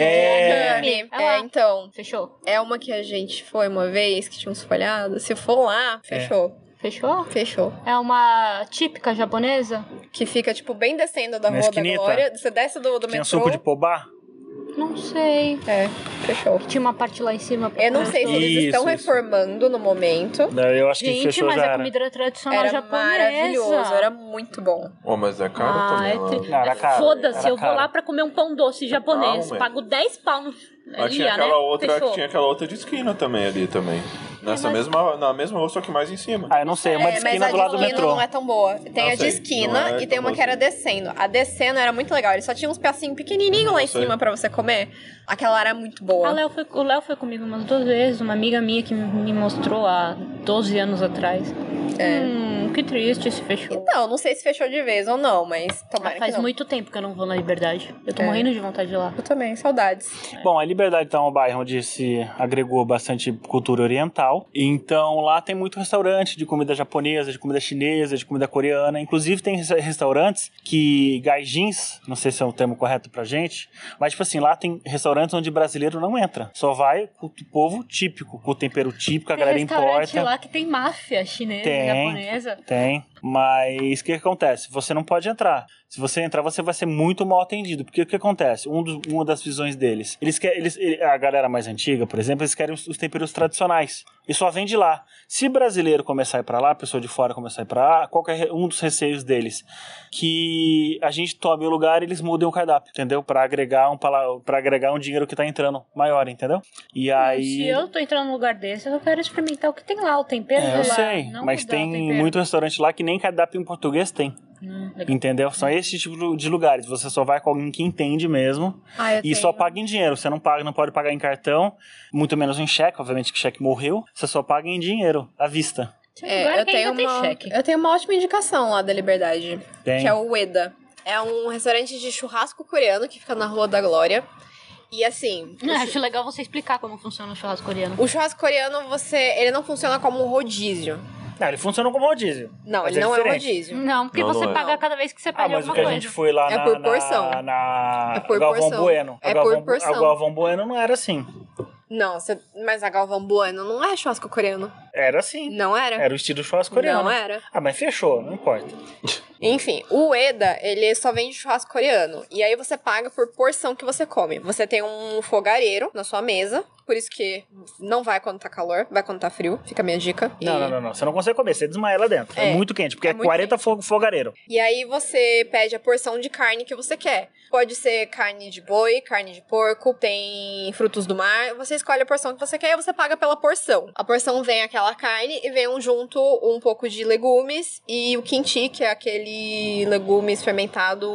Speaker 2: de
Speaker 3: É.
Speaker 2: anime, é
Speaker 5: É,
Speaker 2: lá.
Speaker 5: então,
Speaker 2: Fechou?
Speaker 5: é uma que a gente foi uma vez, que tinha uns folhados. Se for
Speaker 3: É.
Speaker 5: lá, fechou.
Speaker 2: Fechou?
Speaker 5: Fechou.
Speaker 2: É uma típica japonesa?
Speaker 5: Que fica, tipo, bem descendo da
Speaker 3: Na
Speaker 5: Rua
Speaker 3: esquinita.
Speaker 5: da Glória. Você desce do, do
Speaker 3: Tinha
Speaker 5: metrô.
Speaker 3: suco de pobá?
Speaker 2: Não sei.
Speaker 5: É, fechou.
Speaker 2: Tinha uma parte lá em cima.
Speaker 5: Eu não sei se eles
Speaker 3: Isso,
Speaker 5: estão
Speaker 3: isso.
Speaker 5: reformando no momento.
Speaker 3: Não, Eu acho que
Speaker 2: Gente,
Speaker 3: fechou
Speaker 2: mas
Speaker 3: já.
Speaker 2: a
Speaker 4: né?
Speaker 3: era.
Speaker 2: comida era tradicional
Speaker 5: Era
Speaker 2: Ah, japonesa.
Speaker 5: maravilhoso, era muito bom.
Speaker 4: Ô, mas é caro
Speaker 2: Ah,
Speaker 4: também
Speaker 2: é
Speaker 4: lá.
Speaker 2: tri...
Speaker 3: Não, era caro,
Speaker 2: Foda-se,
Speaker 3: era
Speaker 2: eu vou
Speaker 3: caro.
Speaker 2: lá pra comer um pão doce japonês.
Speaker 4: Calma, é.
Speaker 2: Pago 10 pounds.
Speaker 4: Mas tinha
Speaker 2: né?
Speaker 4: aquela outra, tinha aquela outra de esquina também ali também. Nessa
Speaker 2: É, mas-
Speaker 4: mesma, na mesma rua, só que mais em cima.
Speaker 3: Ah, eu não sei. É uma de
Speaker 5: É, mas
Speaker 3: esquina
Speaker 5: a
Speaker 3: do lado
Speaker 5: de
Speaker 3: do
Speaker 5: esquina
Speaker 3: metrô.
Speaker 5: não é tão boa. Tem
Speaker 4: Não
Speaker 5: a de
Speaker 4: sei,
Speaker 5: esquina
Speaker 4: não é
Speaker 5: e tem
Speaker 4: tão
Speaker 5: uma
Speaker 4: boa
Speaker 5: que era
Speaker 4: assim.
Speaker 5: descendo. A descendo era muito legal. Ele só tinha uns pedacinhos pequenininhos lá em
Speaker 4: sei.
Speaker 5: cima pra você comer. Aquela era muito
Speaker 2: A
Speaker 5: boa.
Speaker 2: Ah, Léo foi, o Léo foi comigo umas duas vezes, uma amiga minha que me mostrou há 12 anos atrás.
Speaker 5: É.
Speaker 2: Hum, que triste se fechou.
Speaker 5: Então, não sei se fechou de vez ou não, mas tomara
Speaker 2: Ah, faz
Speaker 5: que não.
Speaker 2: muito tempo que eu não vou na Liberdade. Eu tô
Speaker 5: É.
Speaker 2: morrendo de vontade de ir lá.
Speaker 5: Eu também, saudades.
Speaker 3: Bom, a Liberdade então, é um bairro onde se agregou bastante cultura oriental. Então lá tem muito restaurante de comida japonesa, de comida chinesa, de comida coreana. Inclusive tem resta- restaurantes que gaijins, não sei se é o termo correto pra gente, mas tipo assim, lá tem restaurantes onde brasileiro não entra. Só vai com o povo típico, com o tempero típico, a
Speaker 2: Tem
Speaker 3: galera
Speaker 2: restaurante
Speaker 3: importa.
Speaker 2: lá que tem máfia chinesa e
Speaker 3: Tem.
Speaker 2: japonesa.
Speaker 3: Tem, mas o que, que acontece? Você não pode entrar. Se você entrar, você vai ser muito mal atendido. Porque o que acontece? Um dos- uma das visões deles. Eles querem. Eles, ele- a galera mais antiga, por exemplo, eles querem os, os temperos tradicionais. E só vende lá. Se brasileiro começar a ir pra lá, pessoa de fora começar a ir pra lá, qual que é um dos receios deles? Que a gente tome o lugar e eles mudem o cardápio, entendeu? Pra agregar um para agregar um dinheiro que tá entrando maior, entendeu? E aí.
Speaker 2: Se eu tô entrando num lugar desse, eu quero experimentar o que tem lá, o tempero
Speaker 3: É,
Speaker 2: de
Speaker 3: eu
Speaker 2: lá.
Speaker 3: sei,
Speaker 2: não
Speaker 3: mas
Speaker 2: mudar o
Speaker 3: tem
Speaker 2: tempero.
Speaker 3: muito restaurante lá que nem cardápio em português tem.
Speaker 2: Hum, legal.
Speaker 3: Entendeu? São esse tipo de lugares. Você só vai com alguém que entende mesmo.
Speaker 5: Ah, eu
Speaker 3: E só paga em dinheiro. Você não paga, não pode pagar em cartão, muito menos em cheque, obviamente que cheque morreu. Você só paga em dinheiro, à vista.
Speaker 2: Tem lugar
Speaker 5: É, eu,
Speaker 2: que ainda
Speaker 5: tenho uma,
Speaker 2: tem cheque.
Speaker 5: eu tenho uma ótima indicação lá da Liberdade,
Speaker 3: Tem.
Speaker 5: que é o Ueda. É um restaurante de churrasco coreano que fica na Rua da Glória. E assim,
Speaker 2: Ah, acho legal você explicar como funciona o churrasco coreano.
Speaker 5: o churrasco coreano, você, ele não funciona como um rodízio.
Speaker 3: Não, ele funciona como rodízio.
Speaker 5: Não,
Speaker 3: Mas
Speaker 5: ele
Speaker 3: é
Speaker 5: não
Speaker 3: diferente.
Speaker 5: é rodízio.
Speaker 2: Não, porque
Speaker 4: Não,
Speaker 2: você
Speaker 4: não é.
Speaker 2: paga cada vez que você
Speaker 3: Ah,
Speaker 2: pede
Speaker 3: mas o
Speaker 2: alguma
Speaker 3: que a
Speaker 2: coisa.
Speaker 3: gente foi lá
Speaker 5: É
Speaker 3: na,
Speaker 5: por
Speaker 3: na-
Speaker 5: porção.
Speaker 3: na
Speaker 5: É por
Speaker 3: Galvão
Speaker 5: porção.
Speaker 3: Bueno.
Speaker 5: É
Speaker 3: a
Speaker 5: por
Speaker 3: Galvão,
Speaker 5: porção.
Speaker 3: A Galvão Bueno não era assim.
Speaker 5: Não, você- mas a Galvão Bueno não é churrasco coreano.
Speaker 3: Era assim.
Speaker 5: Não era?
Speaker 3: Era o estilo churrasco coreano.
Speaker 5: É. Não é. era.
Speaker 3: Ah, mas fechou, não importa.
Speaker 5: Enfim, o Eda, ele só vende churrasco coreano. E aí você paga por porção que você come. Você tem um fogareiro na sua mesa. Por isso que não vai quando tá calor, vai quando tá frio. Fica a minha dica. E-
Speaker 3: Não, não, não, não. Você não consegue comer, você desmaia lá dentro. É,
Speaker 5: É.
Speaker 3: muito quente, porque é,
Speaker 5: É muito
Speaker 3: 40 fo- fogareiro.
Speaker 5: E aí você pede a porção de carne que você quer. Pode ser carne de boi, carne de porco, tem frutos do mar. Você escolhe a porção que você quer e você paga pela porção. A porção vem aquela carne e vem um junto um pouco de legumes e o kimchi, que é aquele legumes fermentado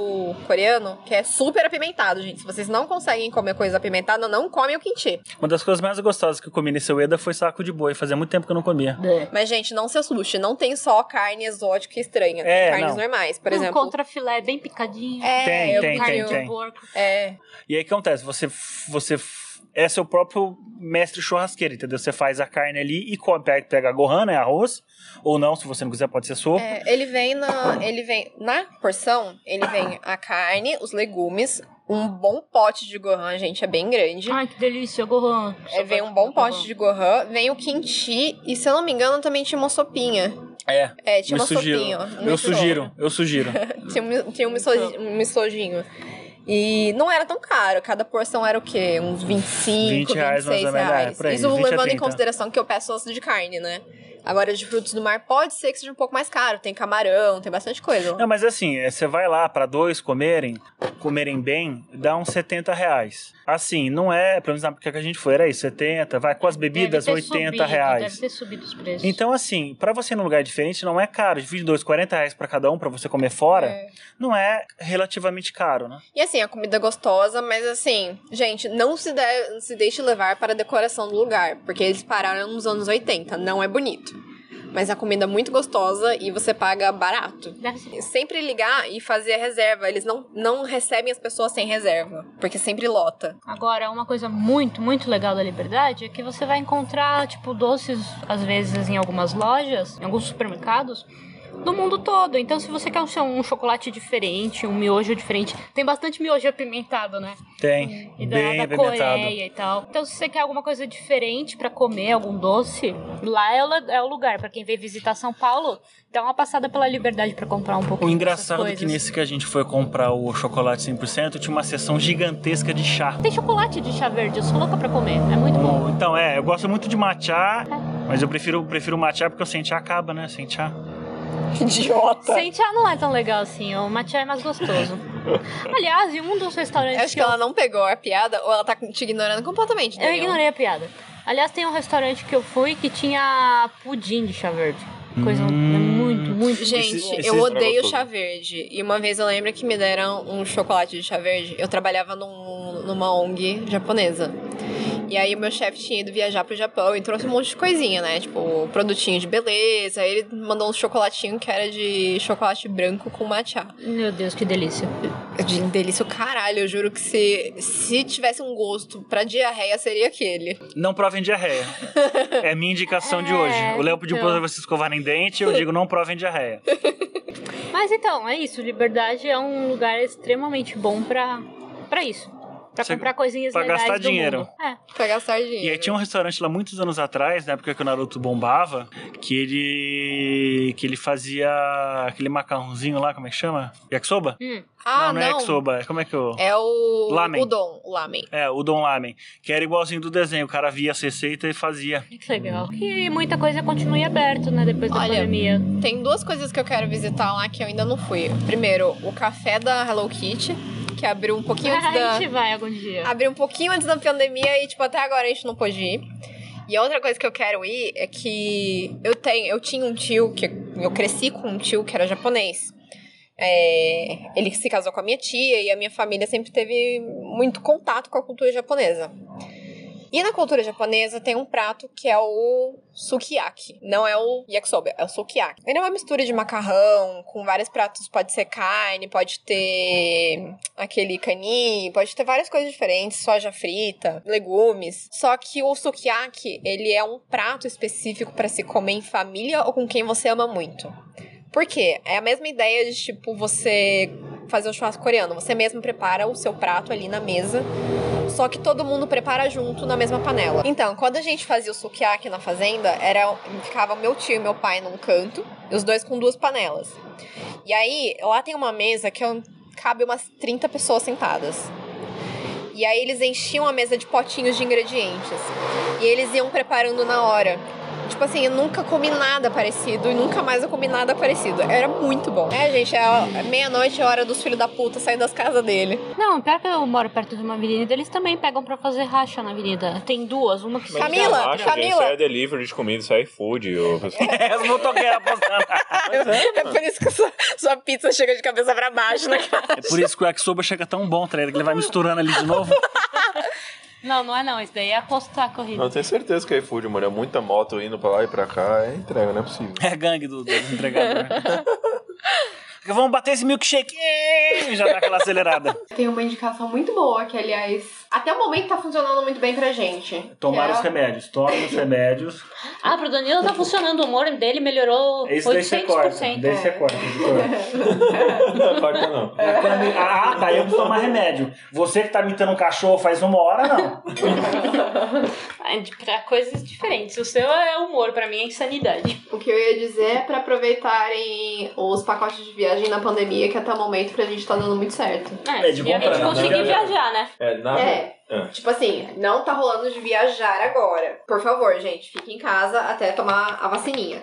Speaker 5: coreano, que é super apimentado, gente. Se vocês não conseguem comer coisa apimentada, não comem o kimchi.
Speaker 3: Uma das coisas mais gostosas que eu comi nesse Ueda foi saco de boi. Fazia muito tempo que eu não comia.
Speaker 2: É.
Speaker 5: Mas, gente, não se assuste. Não tem só carne exótica e estranha. Tem
Speaker 3: É,
Speaker 5: carnes
Speaker 3: não.
Speaker 5: normais, por
Speaker 2: um
Speaker 5: exemplo.
Speaker 2: contrafilé bem picadinho.
Speaker 5: É,
Speaker 3: Tem,
Speaker 5: eu
Speaker 3: tem,
Speaker 2: carne
Speaker 5: vi-
Speaker 2: de
Speaker 3: tem.
Speaker 2: porco.
Speaker 5: É,
Speaker 3: E aí o que acontece? Você, f- você f- é seu próprio mestre churrasqueiro, entendeu? Você faz a carne ali e come, pega, pega a gohan, né? Arroz. Ou não, se você não quiser, pode ser sopa.
Speaker 5: É, ele vem na. Ele vem. Na porção, ele vem a carne, os legumes, um bom pote de gohan, gente, é bem grande.
Speaker 2: Ai, que delícia, Gohan.
Speaker 5: É, vem um bom pote de gohan, vem o kimchi e, se eu não me engano, também tinha uma sopinha.
Speaker 3: É,
Speaker 5: É, tinha
Speaker 3: eu
Speaker 5: uma
Speaker 3: sugiro.
Speaker 5: sopinha. ó,
Speaker 3: eu
Speaker 5: muito né?
Speaker 3: sugiro, eu sugiro.
Speaker 5: bom. Tinha, um mi- tinha um, misoji- um misojinho. E não era tão caro, cada porção era o quê? Uns 25,
Speaker 3: 20 reais, mais
Speaker 5: 26
Speaker 3: ou menos, é,
Speaker 5: reais.
Speaker 3: por aí,
Speaker 5: Isso
Speaker 3: 20 a
Speaker 5: levando em
Speaker 3: 30.
Speaker 5: consideração que eu peço osso de carne, né? Agora, de frutos do mar pode ser que seja um pouco mais caro. Tem camarão, tem bastante coisa.
Speaker 3: Não, mas assim, é, você vai lá pra dois comerem, comerem bem, dá uns 70 reais. Assim, não é, pelo menos na época que a gente foi, era isso, 70, vai com as bebidas, 80
Speaker 2: subido, Deve
Speaker 3: reais.
Speaker 2: ter subido os preços.
Speaker 3: Então, assim, pra você ir num lugar diferente, não é caro. De 22, 40 reais pra cada um, pra você comer fora,
Speaker 5: É.
Speaker 3: não é relativamente caro, né?
Speaker 5: E assim, a comida é gostosa, mas assim, gente, não se, de- se deixe levar para a decoração do lugar, porque eles pararam nos anos 80, não é bonito. Mas a comida é muito gostosa e você paga barato.
Speaker 2: Deve ser.
Speaker 5: Sempre ligar e fazer a reserva. Eles não, não recebem as pessoas sem reserva, porque sempre lota.
Speaker 2: Agora, uma coisa muito, muito legal da Liberdade é que você vai encontrar, tipo, doces, às vezes, em algumas lojas, em alguns supermercados, do mundo todo. Então, se você quer um, um chocolate diferente, um miojo diferente, tem bastante miojo apimentado, né?
Speaker 3: Tem.
Speaker 2: E da,
Speaker 3: bem
Speaker 2: da
Speaker 3: apimentado.
Speaker 2: Coreia e tal. Então, se você quer alguma coisa diferente pra comer, algum doce, lá é, o- é o lugar. Pra quem vem visitar São Paulo, dá uma passada pela Liberdade pra comprar um pouco
Speaker 3: O engraçado é que nesse que a gente foi comprar o chocolate 100%, tinha uma seção gigantesca de chá.
Speaker 2: Tem chocolate de chá verde, eu sou louca pra comer. É muito bom.
Speaker 3: Bom, Então, é, eu gosto muito de matcha, mas eu prefiro, prefiro matcha porque o sem chá acaba, né? Sem chá.
Speaker 5: Idiota!
Speaker 2: Sem chá não é tão legal assim, o matcha é mais gostoso. Aliás, em um dos restaurantes
Speaker 5: Acho que ela não pegou a piada ou ela tá te ignorando completamente.
Speaker 2: eu... eu
Speaker 5: Daniel.
Speaker 2: ignorei a piada. Aliás, tem um restaurante que eu fui que tinha pudim de chá verde. Coisa
Speaker 3: Hum.
Speaker 2: muito, muito
Speaker 5: Gente,
Speaker 3: Esse- esse
Speaker 5: eu
Speaker 3: estraga
Speaker 5: odeio
Speaker 4: tudo.
Speaker 5: chá verde. E uma vez eu lembro que me deram um chocolate de chá verde. Eu trabalhava num- numa ONG japonesa. E aí o meu chefe tinha ido viajar pro Japão e trouxe um monte de coisinha, né? Tipo, produtinho de beleza. Aí ele mandou um chocolatinho que era de chocolate branco com matcha.
Speaker 2: Meu Deus, que delícia.
Speaker 5: Eu disse, delícia, o caralho. Eu juro que se, se tivesse um gosto pra diarreia, seria aquele.
Speaker 3: Não provem diarreia. É a minha indicação de hoje. O Léo pediu
Speaker 2: então.
Speaker 3: pra vocês escovarem dente, eu digo não provem diarreia.
Speaker 2: Mas então, é isso. Liberdade é um lugar extremamente bom pra, pra isso. Pra
Speaker 3: Você-
Speaker 2: comprar coisinhas
Speaker 3: pra
Speaker 2: legais
Speaker 3: gastar
Speaker 2: do
Speaker 3: dinheiro.
Speaker 2: mundo. É.
Speaker 5: Pra gastar
Speaker 3: E
Speaker 5: dinheiro.
Speaker 3: aí tinha um restaurante lá muitos anos atrás, na época que o Naruto bombava, que ele que ele fazia aquele macarrãozinho lá, como é que chama? Yakisoba?
Speaker 2: Hum,
Speaker 5: Ah,
Speaker 3: não,
Speaker 5: não.
Speaker 3: é yakisoba, é- como é que eu...
Speaker 5: É o
Speaker 3: Lamen.
Speaker 5: udon, o lamen.
Speaker 3: É, o Don Lamen, que era igualzinho do desenho, o cara via a receita e fazia.
Speaker 2: Que legal. E muita coisa continua em aberto, né? Depois da
Speaker 5: Olha,
Speaker 2: pandemia.
Speaker 5: Tem duas coisas que eu quero visitar lá que eu ainda não fui. Primeiro, o café da Hello Kitty, que abriu um pouquinho antes
Speaker 2: a
Speaker 5: da.
Speaker 2: gente vai algum dia.
Speaker 5: Abriu um pouquinho antes da pandemia e, tipo, até agora a gente não pôde ir. E a outra coisa que eu quero ir é que eu tenho, eu tinha um tio que eu cresci com um tio que era japonês. É, ele se casou com a minha tia e a minha família sempre teve muito contato com a cultura japonesa. E na cultura japonesa tem um prato que é o sukiyaki. Não é o yakisoba, é o sukiyaki. Ele é uma mistura de macarrão com vários pratos. Pode ser carne, pode ter aquele caninho, pode ter várias coisas diferentes, soja frita, legumes. Só que o sukiyaki, ele é um prato específico para se comer em família ou com quem você ama muito. Por quê? É a mesma ideia de, tipo, você fazer o churrasco coreano. Você mesmo prepara o seu prato ali na mesa, só que todo mundo prepara junto na mesma panela. Então, quando a gente fazia o sukiyaki na fazenda, era ficava meu tio e meu pai num canto, e os dois com duas panelas. E aí, lá tem uma mesa que é um eu- cabe umas 30 pessoas sentadas. E aí eles enchiam a mesa de potinhos de ingredientes. E eles iam preparando na hora. Tipo assim, eu nunca comi nada parecido e nunca mais eu comi nada parecido. Era muito bom. É, gente, é a- é meia-noite é a hora dos filhos da puta saindo das casas dele.
Speaker 2: Não, pior que eu moro perto de uma avenida, eles também pegam pra fazer racha na avenida. Tem duas, uma que se
Speaker 5: Camila,
Speaker 2: chama-
Speaker 4: Relaxa, gente,
Speaker 5: Camila.
Speaker 4: isso aí é delivery de comida, isso aí é food. ô, pessoal.
Speaker 3: É, os motoqueiros apostando.
Speaker 5: É, por isso que sua, sua pizza chega de cabeça pra baixo, né?
Speaker 3: É por isso que o yakisoba chega tão bom, tá ligado? Que ele vai misturando ali de novo.
Speaker 2: Não, não é não, isso daí é apostar a corrida.
Speaker 4: Não, eu tenho certeza que é iFood, mano. É muita moto indo pra lá e pra cá. É entrega, não é possível.
Speaker 3: É a gangue do, dos entregadores. Vamos bater esse milkshake! Ih, Já dá aquela acelerada.
Speaker 5: Tem uma indicação muito boa que, aliás, até o momento tá funcionando muito bem pra gente. é
Speaker 3: Tomar os remédios, toma os remédios.
Speaker 2: Ah, pro Danilo tá funcionando, o humor dele melhorou
Speaker 3: Esse daí você corta.
Speaker 2: 800%.
Speaker 3: Daí você corta.
Speaker 4: Não corta, não.
Speaker 3: É quando- Ah, tá, eu preciso tomar remédio. Você que tá imitando um cachorro faz uma hora, não.
Speaker 2: Ah, de- Pra coisas diferentes. O seu é humor, pra mim é insanidade.
Speaker 5: O que eu ia dizer é pra aproveitarem os pacotes de viagem na pandemia, que até o momento pra gente tá dando muito certo.
Speaker 2: É,
Speaker 3: de
Speaker 2: e a
Speaker 3: comprar,
Speaker 2: gente
Speaker 3: né?
Speaker 2: conseguir
Speaker 4: Não, não, não.
Speaker 2: viajar, né?
Speaker 4: É, na,
Speaker 5: É. É.
Speaker 4: Ah.
Speaker 5: Tipo assim, não tá rolando de viajar agora. Por favor, gente, fique em casa até tomar a vacininha.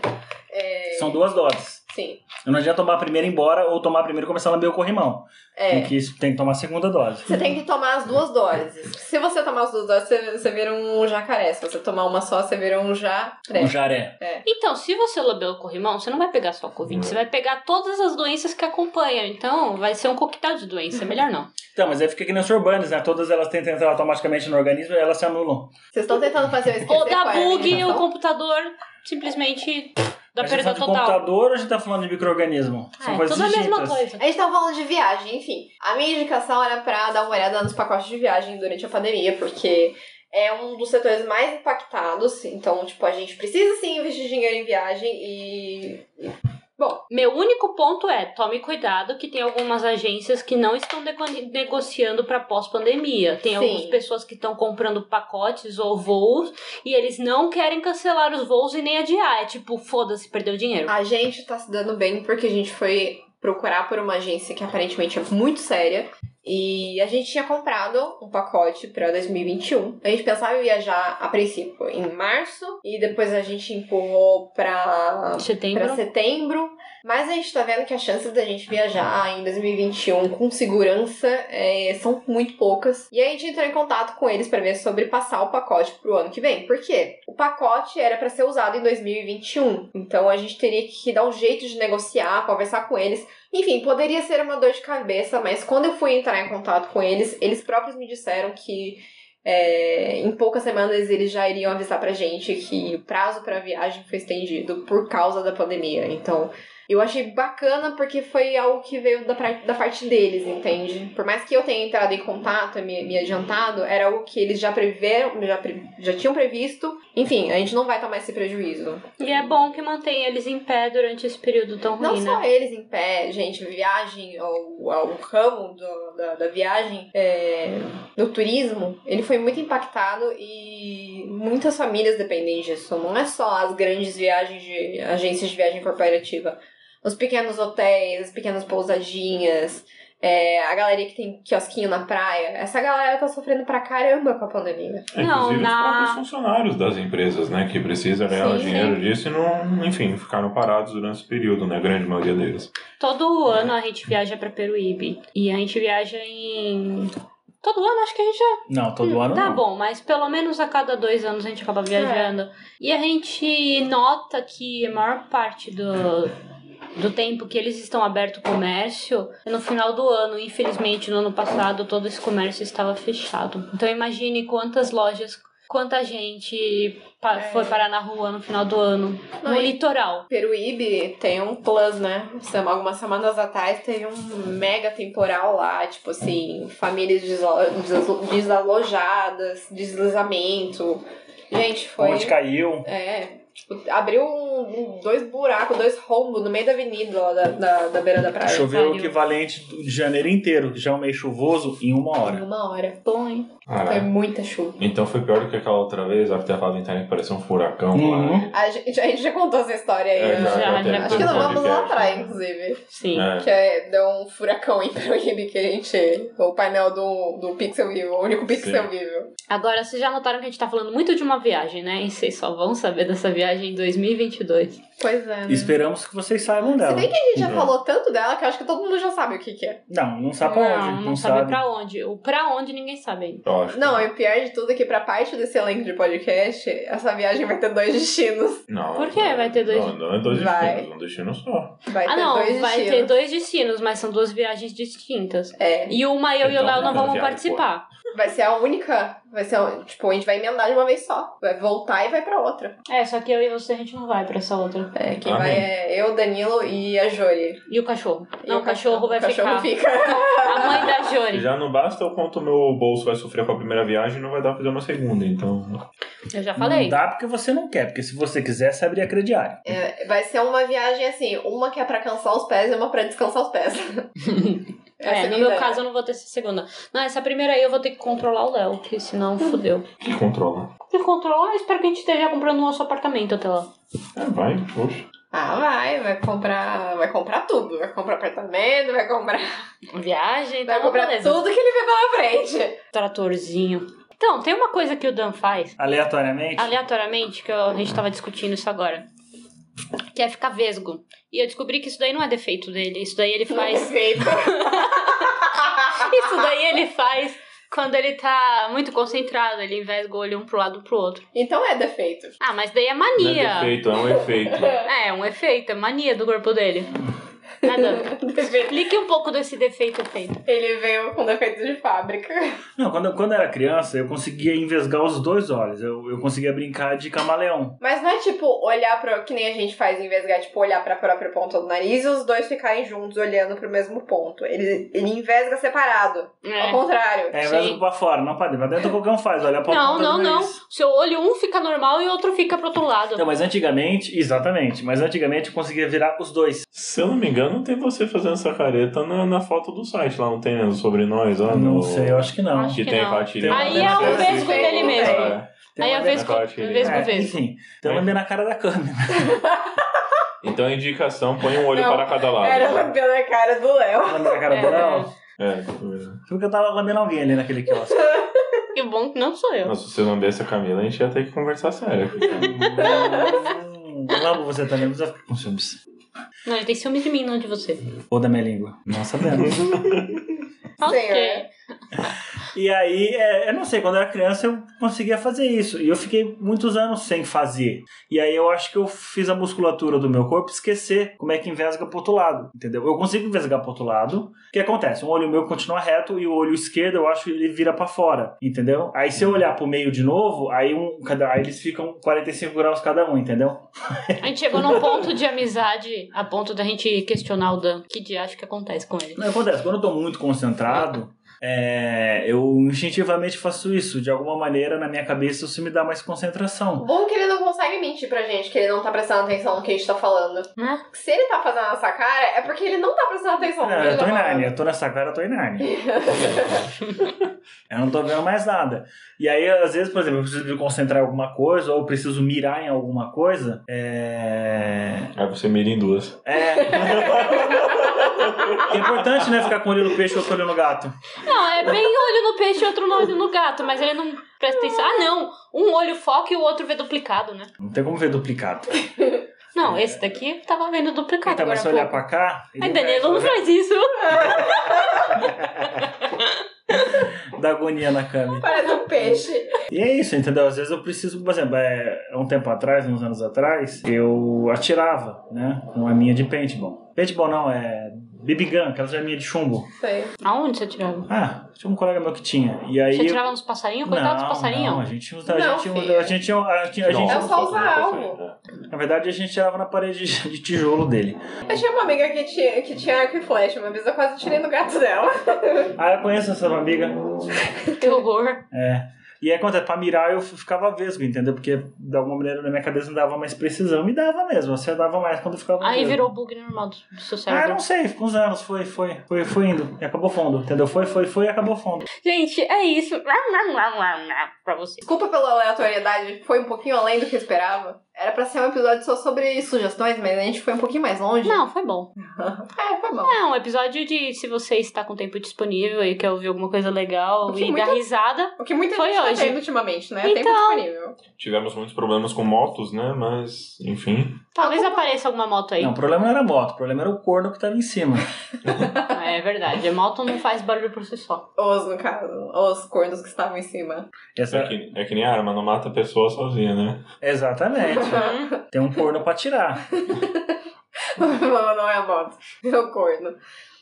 Speaker 5: É,
Speaker 3: São duas doses.
Speaker 5: Sim.
Speaker 3: Não adianta tomar a primeira e ir embora ou tomar a primeira e começar a lamber o corrimão. Tem,
Speaker 5: É.
Speaker 3: que, tem que tomar a segunda dose.
Speaker 5: Você tem que tomar as duas doses. Se você tomar as duas doses, você, você vira um jacaré. Se você tomar uma só, você vira um jacaré.
Speaker 2: É.
Speaker 3: Um jaré.
Speaker 2: Então, se você lamber o corrimão, você não vai pegar só o Covid, você vai pegar todas as doenças que acompanham. Então, vai ser um coquetel de doença, melhor não.
Speaker 3: Então, mas aí fica que nem os urbanos, né? Todas elas tentam entrar automaticamente no organismo e elas se anulam.
Speaker 5: Vocês estão tentando fazer eu esquecer
Speaker 2: Ou dá
Speaker 5: qual é a
Speaker 2: bug e o
Speaker 5: alimentação?
Speaker 2: computador simplesmente dá
Speaker 3: a gente
Speaker 2: perda
Speaker 3: tá falando de
Speaker 2: total.
Speaker 3: computador ou a gente tá falando de micro-organismo?
Speaker 2: Ah, é tudo a mesma coisa. né?
Speaker 5: A gente tava falando de viagem, enfim. A minha indicação era pra dar uma olhada nos pacotes de viagem durante a pandemia, porque é um dos setores mais impactados. Então, tipo, a gente precisa sim investir dinheiro em viagem e. Bom,
Speaker 2: Meu único ponto é, tome cuidado que tem algumas agências que não estão nego- negociando para pós-pandemia. Tem
Speaker 5: Sim.
Speaker 2: algumas pessoas que estão comprando pacotes ou voos e eles não querem cancelar os voos e nem adiar. É tipo, foda-se, perdeu dinheiro.
Speaker 5: a gente tá se dando bem porque a gente foi procurar por uma agência que aparentemente é muito séria. E a gente tinha comprado um pacote pra 2021. A gente pensava em viajar a princípio em março e depois a gente empurrou pra
Speaker 2: Setembro.
Speaker 5: Pra setembro. Mas a gente tá vendo que as chances da gente viajar em 2021 com segurança é, são muito poucas. E a gente entrou em contato com eles pra ver sobre passar o pacote pro ano que vem. Por quê? O pacote era pra ser usado em 2021. Então a gente teria que dar um jeito de negociar, conversar com eles. Enfim, poderia ser uma dor de cabeça, mas quando eu fui entrar em contato com eles, eles próprios me disseram que é, em poucas semanas eles já iriam avisar pra gente que o prazo pra viagem foi estendido por causa da pandemia. Então, eu achei bacana porque foi algo que veio da, pra- da parte deles, entende? Por mais que eu tenha entrado em contato, e me, me adiantado, era algo que eles já preveram, já, pre- já tinham previsto. Enfim, a gente não vai tomar esse prejuízo.
Speaker 2: E é bom que mantenha eles em pé durante esse período tão
Speaker 5: Não
Speaker 2: ruim, né?
Speaker 5: só eles em pé, gente, viagem, o, o ramo do- da, da viagem, é, do turismo, ele foi muito impactado e muitas famílias dependem disso. Não é só as grandes viagens de agências de viagem corporativa. Os pequenos hotéis, as pequenas pousadinhas, é, a galeria que tem quiosquinho na praia. Essa galera tá sofrendo pra caramba com a pandemia.
Speaker 4: É,
Speaker 2: Não,
Speaker 4: Inclusive
Speaker 2: na-
Speaker 4: os próprios funcionários das empresas, né? Que precisam ganhar
Speaker 5: Sim,
Speaker 4: o dinheiro disso e não, enfim, ficaram parados durante esse período, né? A grande maioria deles.
Speaker 2: Todo ano a gente viaja pra Peruíbe. E a gente viaja em. Todo ano, acho que a gente já.
Speaker 3: Não, todo ano
Speaker 2: Tá
Speaker 3: não.
Speaker 2: bom, mas pelo menos a cada dois anos a gente
Speaker 5: É.
Speaker 2: acaba viajando. E a gente nota que a maior parte do. Do tempo que eles estão aberto o comércio, é no final do ano, infelizmente, no ano passado, todo esse comércio estava fechado. Então imagine quantas lojas, quanta gente pa-
Speaker 5: É.
Speaker 2: foi parar na rua no final do ano,
Speaker 5: Não,
Speaker 2: no
Speaker 5: e-
Speaker 2: litoral.
Speaker 5: Peruíbe tem um plus, né? Sem- Algumas semanas atrás teve um mega temporal lá, tipo assim, famílias desalo- desalo- desalojadas, deslizamento. Gente, foi.
Speaker 3: Onde caiu.
Speaker 5: É. tipo, Abriu um, um- dois buracos, dois rombos no meio da avenida lá da, da, da beira da praia.
Speaker 3: Choveu o
Speaker 2: pariu.
Speaker 3: equivalente de janeiro inteiro, que já é um mês chuvoso, em uma
Speaker 5: Em
Speaker 3: hora.
Speaker 5: uma hora.
Speaker 2: Bom, hein?
Speaker 5: Foi
Speaker 4: Caralho.
Speaker 5: muita chuva.
Speaker 4: Então foi pior do que aquela outra vez, a hora que tava na internet parecia um furacão
Speaker 3: Uhum.
Speaker 4: lá.
Speaker 5: A gente, a gente já contou essa história aí,
Speaker 4: É,
Speaker 5: né?
Speaker 2: já, já
Speaker 4: teve
Speaker 5: Acho que
Speaker 4: todo
Speaker 5: não
Speaker 4: um
Speaker 5: vamos lá
Speaker 4: podcast,
Speaker 5: atrás,
Speaker 4: né?
Speaker 5: inclusive.
Speaker 2: Sim.
Speaker 4: É.
Speaker 5: Que é, deu um furacão em Peruíbe que a gente. O painel do, do Pixel Vivo, o único Pixel
Speaker 4: Sim.
Speaker 5: Vivo.
Speaker 2: Agora, vocês já notaram que a gente tá falando muito de uma viagem, né? E vocês só vão saber dessa viagem em 2022.
Speaker 5: Pois é. Né?
Speaker 3: Esperamos que vocês saibam
Speaker 5: Se
Speaker 3: dela.
Speaker 5: bem que a gente já
Speaker 4: Uhum.
Speaker 5: falou tanto dela que eu acho que todo mundo já sabe o que, que é.
Speaker 3: Não, não sabe pra onde.
Speaker 2: Não,
Speaker 3: Não,
Speaker 2: não sabe
Speaker 3: sabe.
Speaker 2: pra onde. O pra onde ninguém sabe ainda.
Speaker 4: Eu acho. que-
Speaker 5: Não, e o pior de tudo é que pra parte desse elenco de podcast, essa viagem vai ter dois destinos.
Speaker 4: Não,
Speaker 2: Por quê? Vai ter dois-
Speaker 4: Não, não é dois
Speaker 5: Vai.
Speaker 4: destinos, é um destino só.
Speaker 5: Vai
Speaker 2: ah,
Speaker 5: ter
Speaker 2: não,
Speaker 5: dois
Speaker 2: vai
Speaker 5: destinos.
Speaker 2: ter dois destinos, mas são duas viagens distintas.
Speaker 5: É.
Speaker 2: E uma eu e o
Speaker 3: né,
Speaker 4: Então,
Speaker 2: Léo
Speaker 4: não
Speaker 2: não
Speaker 4: é
Speaker 2: vamos
Speaker 4: viagem,
Speaker 2: participar.
Speaker 5: Vai ser a única. Vai ser. a- Tipo, a gente vai emendar de uma vez só. Vai voltar e vai pra outra.
Speaker 2: É, só que eu e você a gente não vai pra essa outra.
Speaker 5: É, quem
Speaker 4: Amém.
Speaker 5: vai é eu, Danilo e a Jori.
Speaker 2: E o cachorro.
Speaker 5: E
Speaker 2: não, o cachorro, vai
Speaker 5: o cachorro
Speaker 2: ficar.
Speaker 5: fica.
Speaker 2: A mãe da Jory.
Speaker 4: Já não basta o quanto meu bolso vai sofrer com a primeira viagem, não vai dar pra fazer uma segunda, então.
Speaker 2: Eu já
Speaker 3: Não
Speaker 2: falei.
Speaker 3: dá porque você não quer, porque se você quiser, você abria crediário.
Speaker 5: Vai ser uma viagem assim, uma que é pra cansar os pés e uma pra descansar os pés. Essa
Speaker 2: É,
Speaker 5: a
Speaker 2: no
Speaker 5: minha
Speaker 2: meu
Speaker 5: ideia.
Speaker 2: caso eu não vou ter essa segunda. Não, essa primeira aí eu vou ter que controlar o Léo, que senão fudeu.
Speaker 4: Que controla.
Speaker 2: Se controlar, eu espero que a gente esteja comprando o nosso apartamento até lá.
Speaker 4: É, vai, poxa.
Speaker 5: Ah, vai, vai comprar, vai comprar tudo. Vai comprar apartamento, vai comprar,
Speaker 2: Viagem,
Speaker 5: vai
Speaker 2: tá bom,
Speaker 5: comprar
Speaker 2: beleza.
Speaker 5: tudo que ele vê pela frente.
Speaker 2: Tratorzinho. Então, tem uma coisa que o Dan faz,
Speaker 3: Aleatoriamente?
Speaker 2: aleatoriamente, que eu- a gente tava discutindo isso agora. Que é ficar vesgo. E eu descobri que isso daí não é defeito dele. Isso daí ele faz.
Speaker 5: Perfeito.
Speaker 2: isso daí ele faz quando ele tá muito concentrado. Ele envesga o olho um pro lado um pro outro.
Speaker 5: Então é defeito.
Speaker 2: Ah, mas daí é
Speaker 4: Não é
Speaker 2: mania.
Speaker 4: defeito, é um efeito.
Speaker 2: É, é um efeito, é mania do corpo dele. Nada. Explique um pouco desse defeito feito.
Speaker 5: Ele veio com defeito de fábrica.
Speaker 3: Não, quando, eu- quando eu era criança, eu conseguia envesgar os dois olhos. Eu, eu conseguia brincar de camaleão.
Speaker 5: Mas não é tipo olhar pro. Que nem a gente faz em envesgar, tipo, olhar pra própria ponta do nariz e os dois ficarem juntos olhando pro mesmo ponto. Ele, ele envesga separado. Ao
Speaker 2: É.
Speaker 5: contrário.
Speaker 3: É,
Speaker 2: Sim.
Speaker 3: envesga pra fora, não pra dentro. Pra dentro qualquer um faz, olha pra
Speaker 2: Não,
Speaker 3: ponta
Speaker 2: não,
Speaker 3: do
Speaker 2: não.
Speaker 3: nariz.
Speaker 2: Seu olho um fica normal e o outro fica pro outro lado.
Speaker 3: Então, mas antigamente, exatamente, mas antigamente eu conseguia virar os dois.
Speaker 4: Se eu não me engano, não tem você fazendo essa careta na, na foto do site lá, não tem né, sobre nós lá
Speaker 3: não
Speaker 4: no-
Speaker 3: sei, eu acho que não.
Speaker 2: Acho
Speaker 4: que
Speaker 2: que
Speaker 4: tem
Speaker 2: não.
Speaker 4: fatinho.
Speaker 3: Aí é o
Speaker 2: vesgo dele mesmo.
Speaker 4: é.
Speaker 3: Tem
Speaker 2: Aí é
Speaker 3: uma
Speaker 2: a
Speaker 3: vez-
Speaker 2: vez
Speaker 4: na parte-
Speaker 2: vez com
Speaker 3: é,
Speaker 2: vez.
Speaker 3: Enfim, tem uma
Speaker 4: É.
Speaker 3: vez na cara da câmera.
Speaker 4: Então a indicação, põe um olho
Speaker 5: Não,
Speaker 4: para cada lado.
Speaker 5: Era na- pela cara do Léo.
Speaker 3: Lembra da cara do
Speaker 2: É.
Speaker 3: Léo?
Speaker 4: É.
Speaker 3: Porque eu tava lambendo alguém ali naquele quiosque.
Speaker 2: Que bom que não sou eu.
Speaker 4: Nossa, se você não essa Camila, a gente ia ter que conversar sério.
Speaker 3: Hum, Lambo você também, não precisa ficar com ciúmes.
Speaker 2: Não, ele tem ciúmes de mim, não de você.
Speaker 3: Ou da minha língua. Não sabemos.
Speaker 2: Ok.
Speaker 5: Senhor.
Speaker 3: E aí, é, eu não sei, quando eu era criança eu conseguia fazer isso. E eu fiquei muitos anos sem fazer. E aí eu acho que eu fiz a musculatura do meu corpo esquecer como é que envesga pro outro lado, entendeu? Eu consigo envesgar pro outro lado. O que acontece? Um olho meu continua reto e o olho esquerdo eu acho que ele vira pra fora, entendeu? Aí se eu olhar pro meio de novo, aí, um, cada, aí eles ficam 45 graus cada um, entendeu?
Speaker 2: A gente chegou num ponto de amizade a ponto da gente questionar o Dan. Que dia acho que acontece com ele?
Speaker 3: Não, acontece, quando eu tô muito concentrado, é, eu instintivamente faço isso. De alguma maneira, na minha cabeça, isso me dá mais concentração.
Speaker 5: Bom que ele não consegue mentir pra gente, que ele não tá prestando atenção no que a gente tá falando.
Speaker 2: Né?
Speaker 5: Se ele tá fazendo essa cara, é porque ele não tá prestando atenção no
Speaker 3: Não,
Speaker 5: que ele
Speaker 3: É, eu tô
Speaker 5: tá
Speaker 3: em
Speaker 5: falando.
Speaker 3: Narnia, eu tô nessa cara, eu tô em Narnia. eu não tô vendo mais nada. E aí, às vezes, por exemplo, eu preciso me concentrar em alguma coisa, ou eu preciso mirar em alguma coisa. É.
Speaker 4: Aí você mira em duas.
Speaker 3: É. é importante, né, ficar com o olho no peixe ou com o olho no gato.
Speaker 2: Não, é bem olho no peixe e outro no olho no gato, mas ele não presta atenção. Ah, não! Um olho foca e o outro vê duplicado, né?
Speaker 3: Não tem como ver duplicado.
Speaker 2: Não,
Speaker 3: É.
Speaker 2: esse daqui eu tava vendo duplicado
Speaker 3: Então,
Speaker 2: agora.
Speaker 3: mas se
Speaker 2: há
Speaker 3: olhar
Speaker 2: pouco.
Speaker 3: pra cá. ele né?
Speaker 2: Ai,
Speaker 3: vai-
Speaker 2: Danilo, não faz isso!
Speaker 3: Dá agonia na câmera.
Speaker 5: Parece um peixe.
Speaker 3: E é isso, entendeu? Às vezes eu preciso, por exemplo, é, há um tempo atrás, uns anos atrás, eu atirava, né? Com a minha de paintball. Paintball não, é BB Gun, aquelas arminhas de chumbo.
Speaker 5: Sei.
Speaker 2: Aonde você tirava?
Speaker 3: Ah, tinha um colega meu que tinha. E aí.
Speaker 2: Você
Speaker 3: eu-
Speaker 2: tirava nos passarinhos? Coitado dos
Speaker 3: Não,
Speaker 2: passarinhos.
Speaker 3: Não, a gente usa- a
Speaker 5: Não,
Speaker 3: gente usa-
Speaker 5: filho.
Speaker 3: a gente a gente- a gente-
Speaker 5: É só usar alvo.
Speaker 3: Na verdade, a gente tirava na parede de tijolo dele.
Speaker 5: Eu tinha uma amiga que tinha, que tinha arco e flecha. Uma vez eu quase tirei no gato dela.
Speaker 3: Ah, eu conheço essa minha amiga.
Speaker 2: Que horror.
Speaker 3: É. E aí, quando é pra mirar, eu ficava vesgo, entendeu? Porque de alguma maneira na minha cabeça não dava mais precisão. Me dava mesmo, acertava mais quando eu ficava
Speaker 2: Aí
Speaker 3: vesgo.
Speaker 2: virou bug normal do, do seu
Speaker 5: Tá
Speaker 3: Ah,
Speaker 2: cérebro.
Speaker 3: não sei, ficou uns anos, foi, foi, foi, foi indo, e acabou fundo, entendeu? Foi, foi, foi e acabou fundo.
Speaker 2: Gente, é isso. Pra você.
Speaker 5: Desculpa pela aleatoriedade, foi um pouquinho além do que eu esperava. Era pra ser um episódio só sobre sugestões, mas a gente foi um pouquinho mais longe.
Speaker 2: Não, foi bom.
Speaker 5: É, foi bom.
Speaker 2: É, um episódio de se você está com tempo disponível e quer ouvir alguma coisa legal
Speaker 5: Porque
Speaker 2: e
Speaker 5: muita-
Speaker 2: dar risada.
Speaker 5: O que muita
Speaker 2: Foi
Speaker 5: gente tá
Speaker 2: hoje.
Speaker 5: tendo ultimamente, né? Tempo
Speaker 2: Então.
Speaker 5: disponível.
Speaker 4: Tivemos muitos problemas com motos, né? Mas, enfim.
Speaker 2: Talvez apareça alguma moto aí.
Speaker 3: Não, o problema não era a moto, o problema era o corno que tava em cima.
Speaker 2: É verdade. A moto não faz barulho por si só.
Speaker 5: Os, no caso. Os cornos que estavam em cima.
Speaker 4: É
Speaker 3: Essa-
Speaker 4: que, é que nem arma, não mata a pessoa sozinha, né?
Speaker 3: Exatamente.
Speaker 5: Uhum.
Speaker 3: Tem um corno pra tirar.
Speaker 5: não é a moto, é o corno.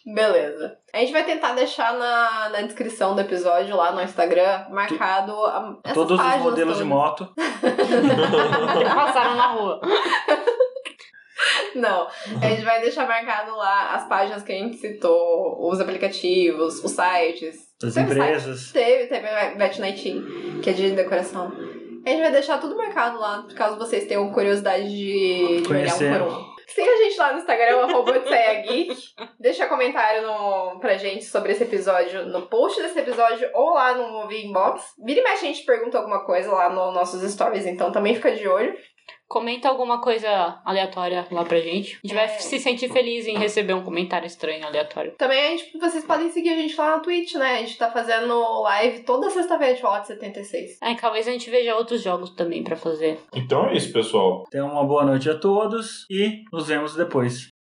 Speaker 5: Beleza. A gente vai tentar deixar na, na descrição do episódio, lá no Instagram, marcado a, essas
Speaker 3: Todos os
Speaker 5: páginas
Speaker 3: modelos de
Speaker 5: todas.
Speaker 3: moto.
Speaker 2: Passaram na rua.
Speaker 5: Não, a gente vai deixar marcado lá as páginas que a gente citou, os aplicativos, os sites.
Speaker 3: Das
Speaker 5: Teve
Speaker 3: empresas.
Speaker 5: site? Teve, teve a Bet Nighting, que é de decoração. A gente vai deixar tudo marcado lá, caso vocês tenham curiosidade de, de olhar um
Speaker 3: Conhecer.
Speaker 5: por um. Siga a gente lá no Instagram, arroba Odisseia Geek. Deixa comentário no, pra gente sobre esse episódio no post desse episódio ou lá no Movie Inbox. Vira e mexe, a gente pergunta alguma coisa lá nos nossos stories, então também fica de olho.
Speaker 2: Comenta alguma coisa aleatória lá pra gente. A gente vai se sentir feliz em receber um comentário estranho aleatório.
Speaker 9: Também a gente- vocês podem seguir a gente lá na Twitch, né? A gente tá fazendo live toda sexta-feira de Fallout 76.
Speaker 2: Ah, e talvez a gente veja outros jogos também pra fazer.
Speaker 4: Então é isso, pessoal.
Speaker 3: Tenham uma boa noite a todos e nos vemos depois.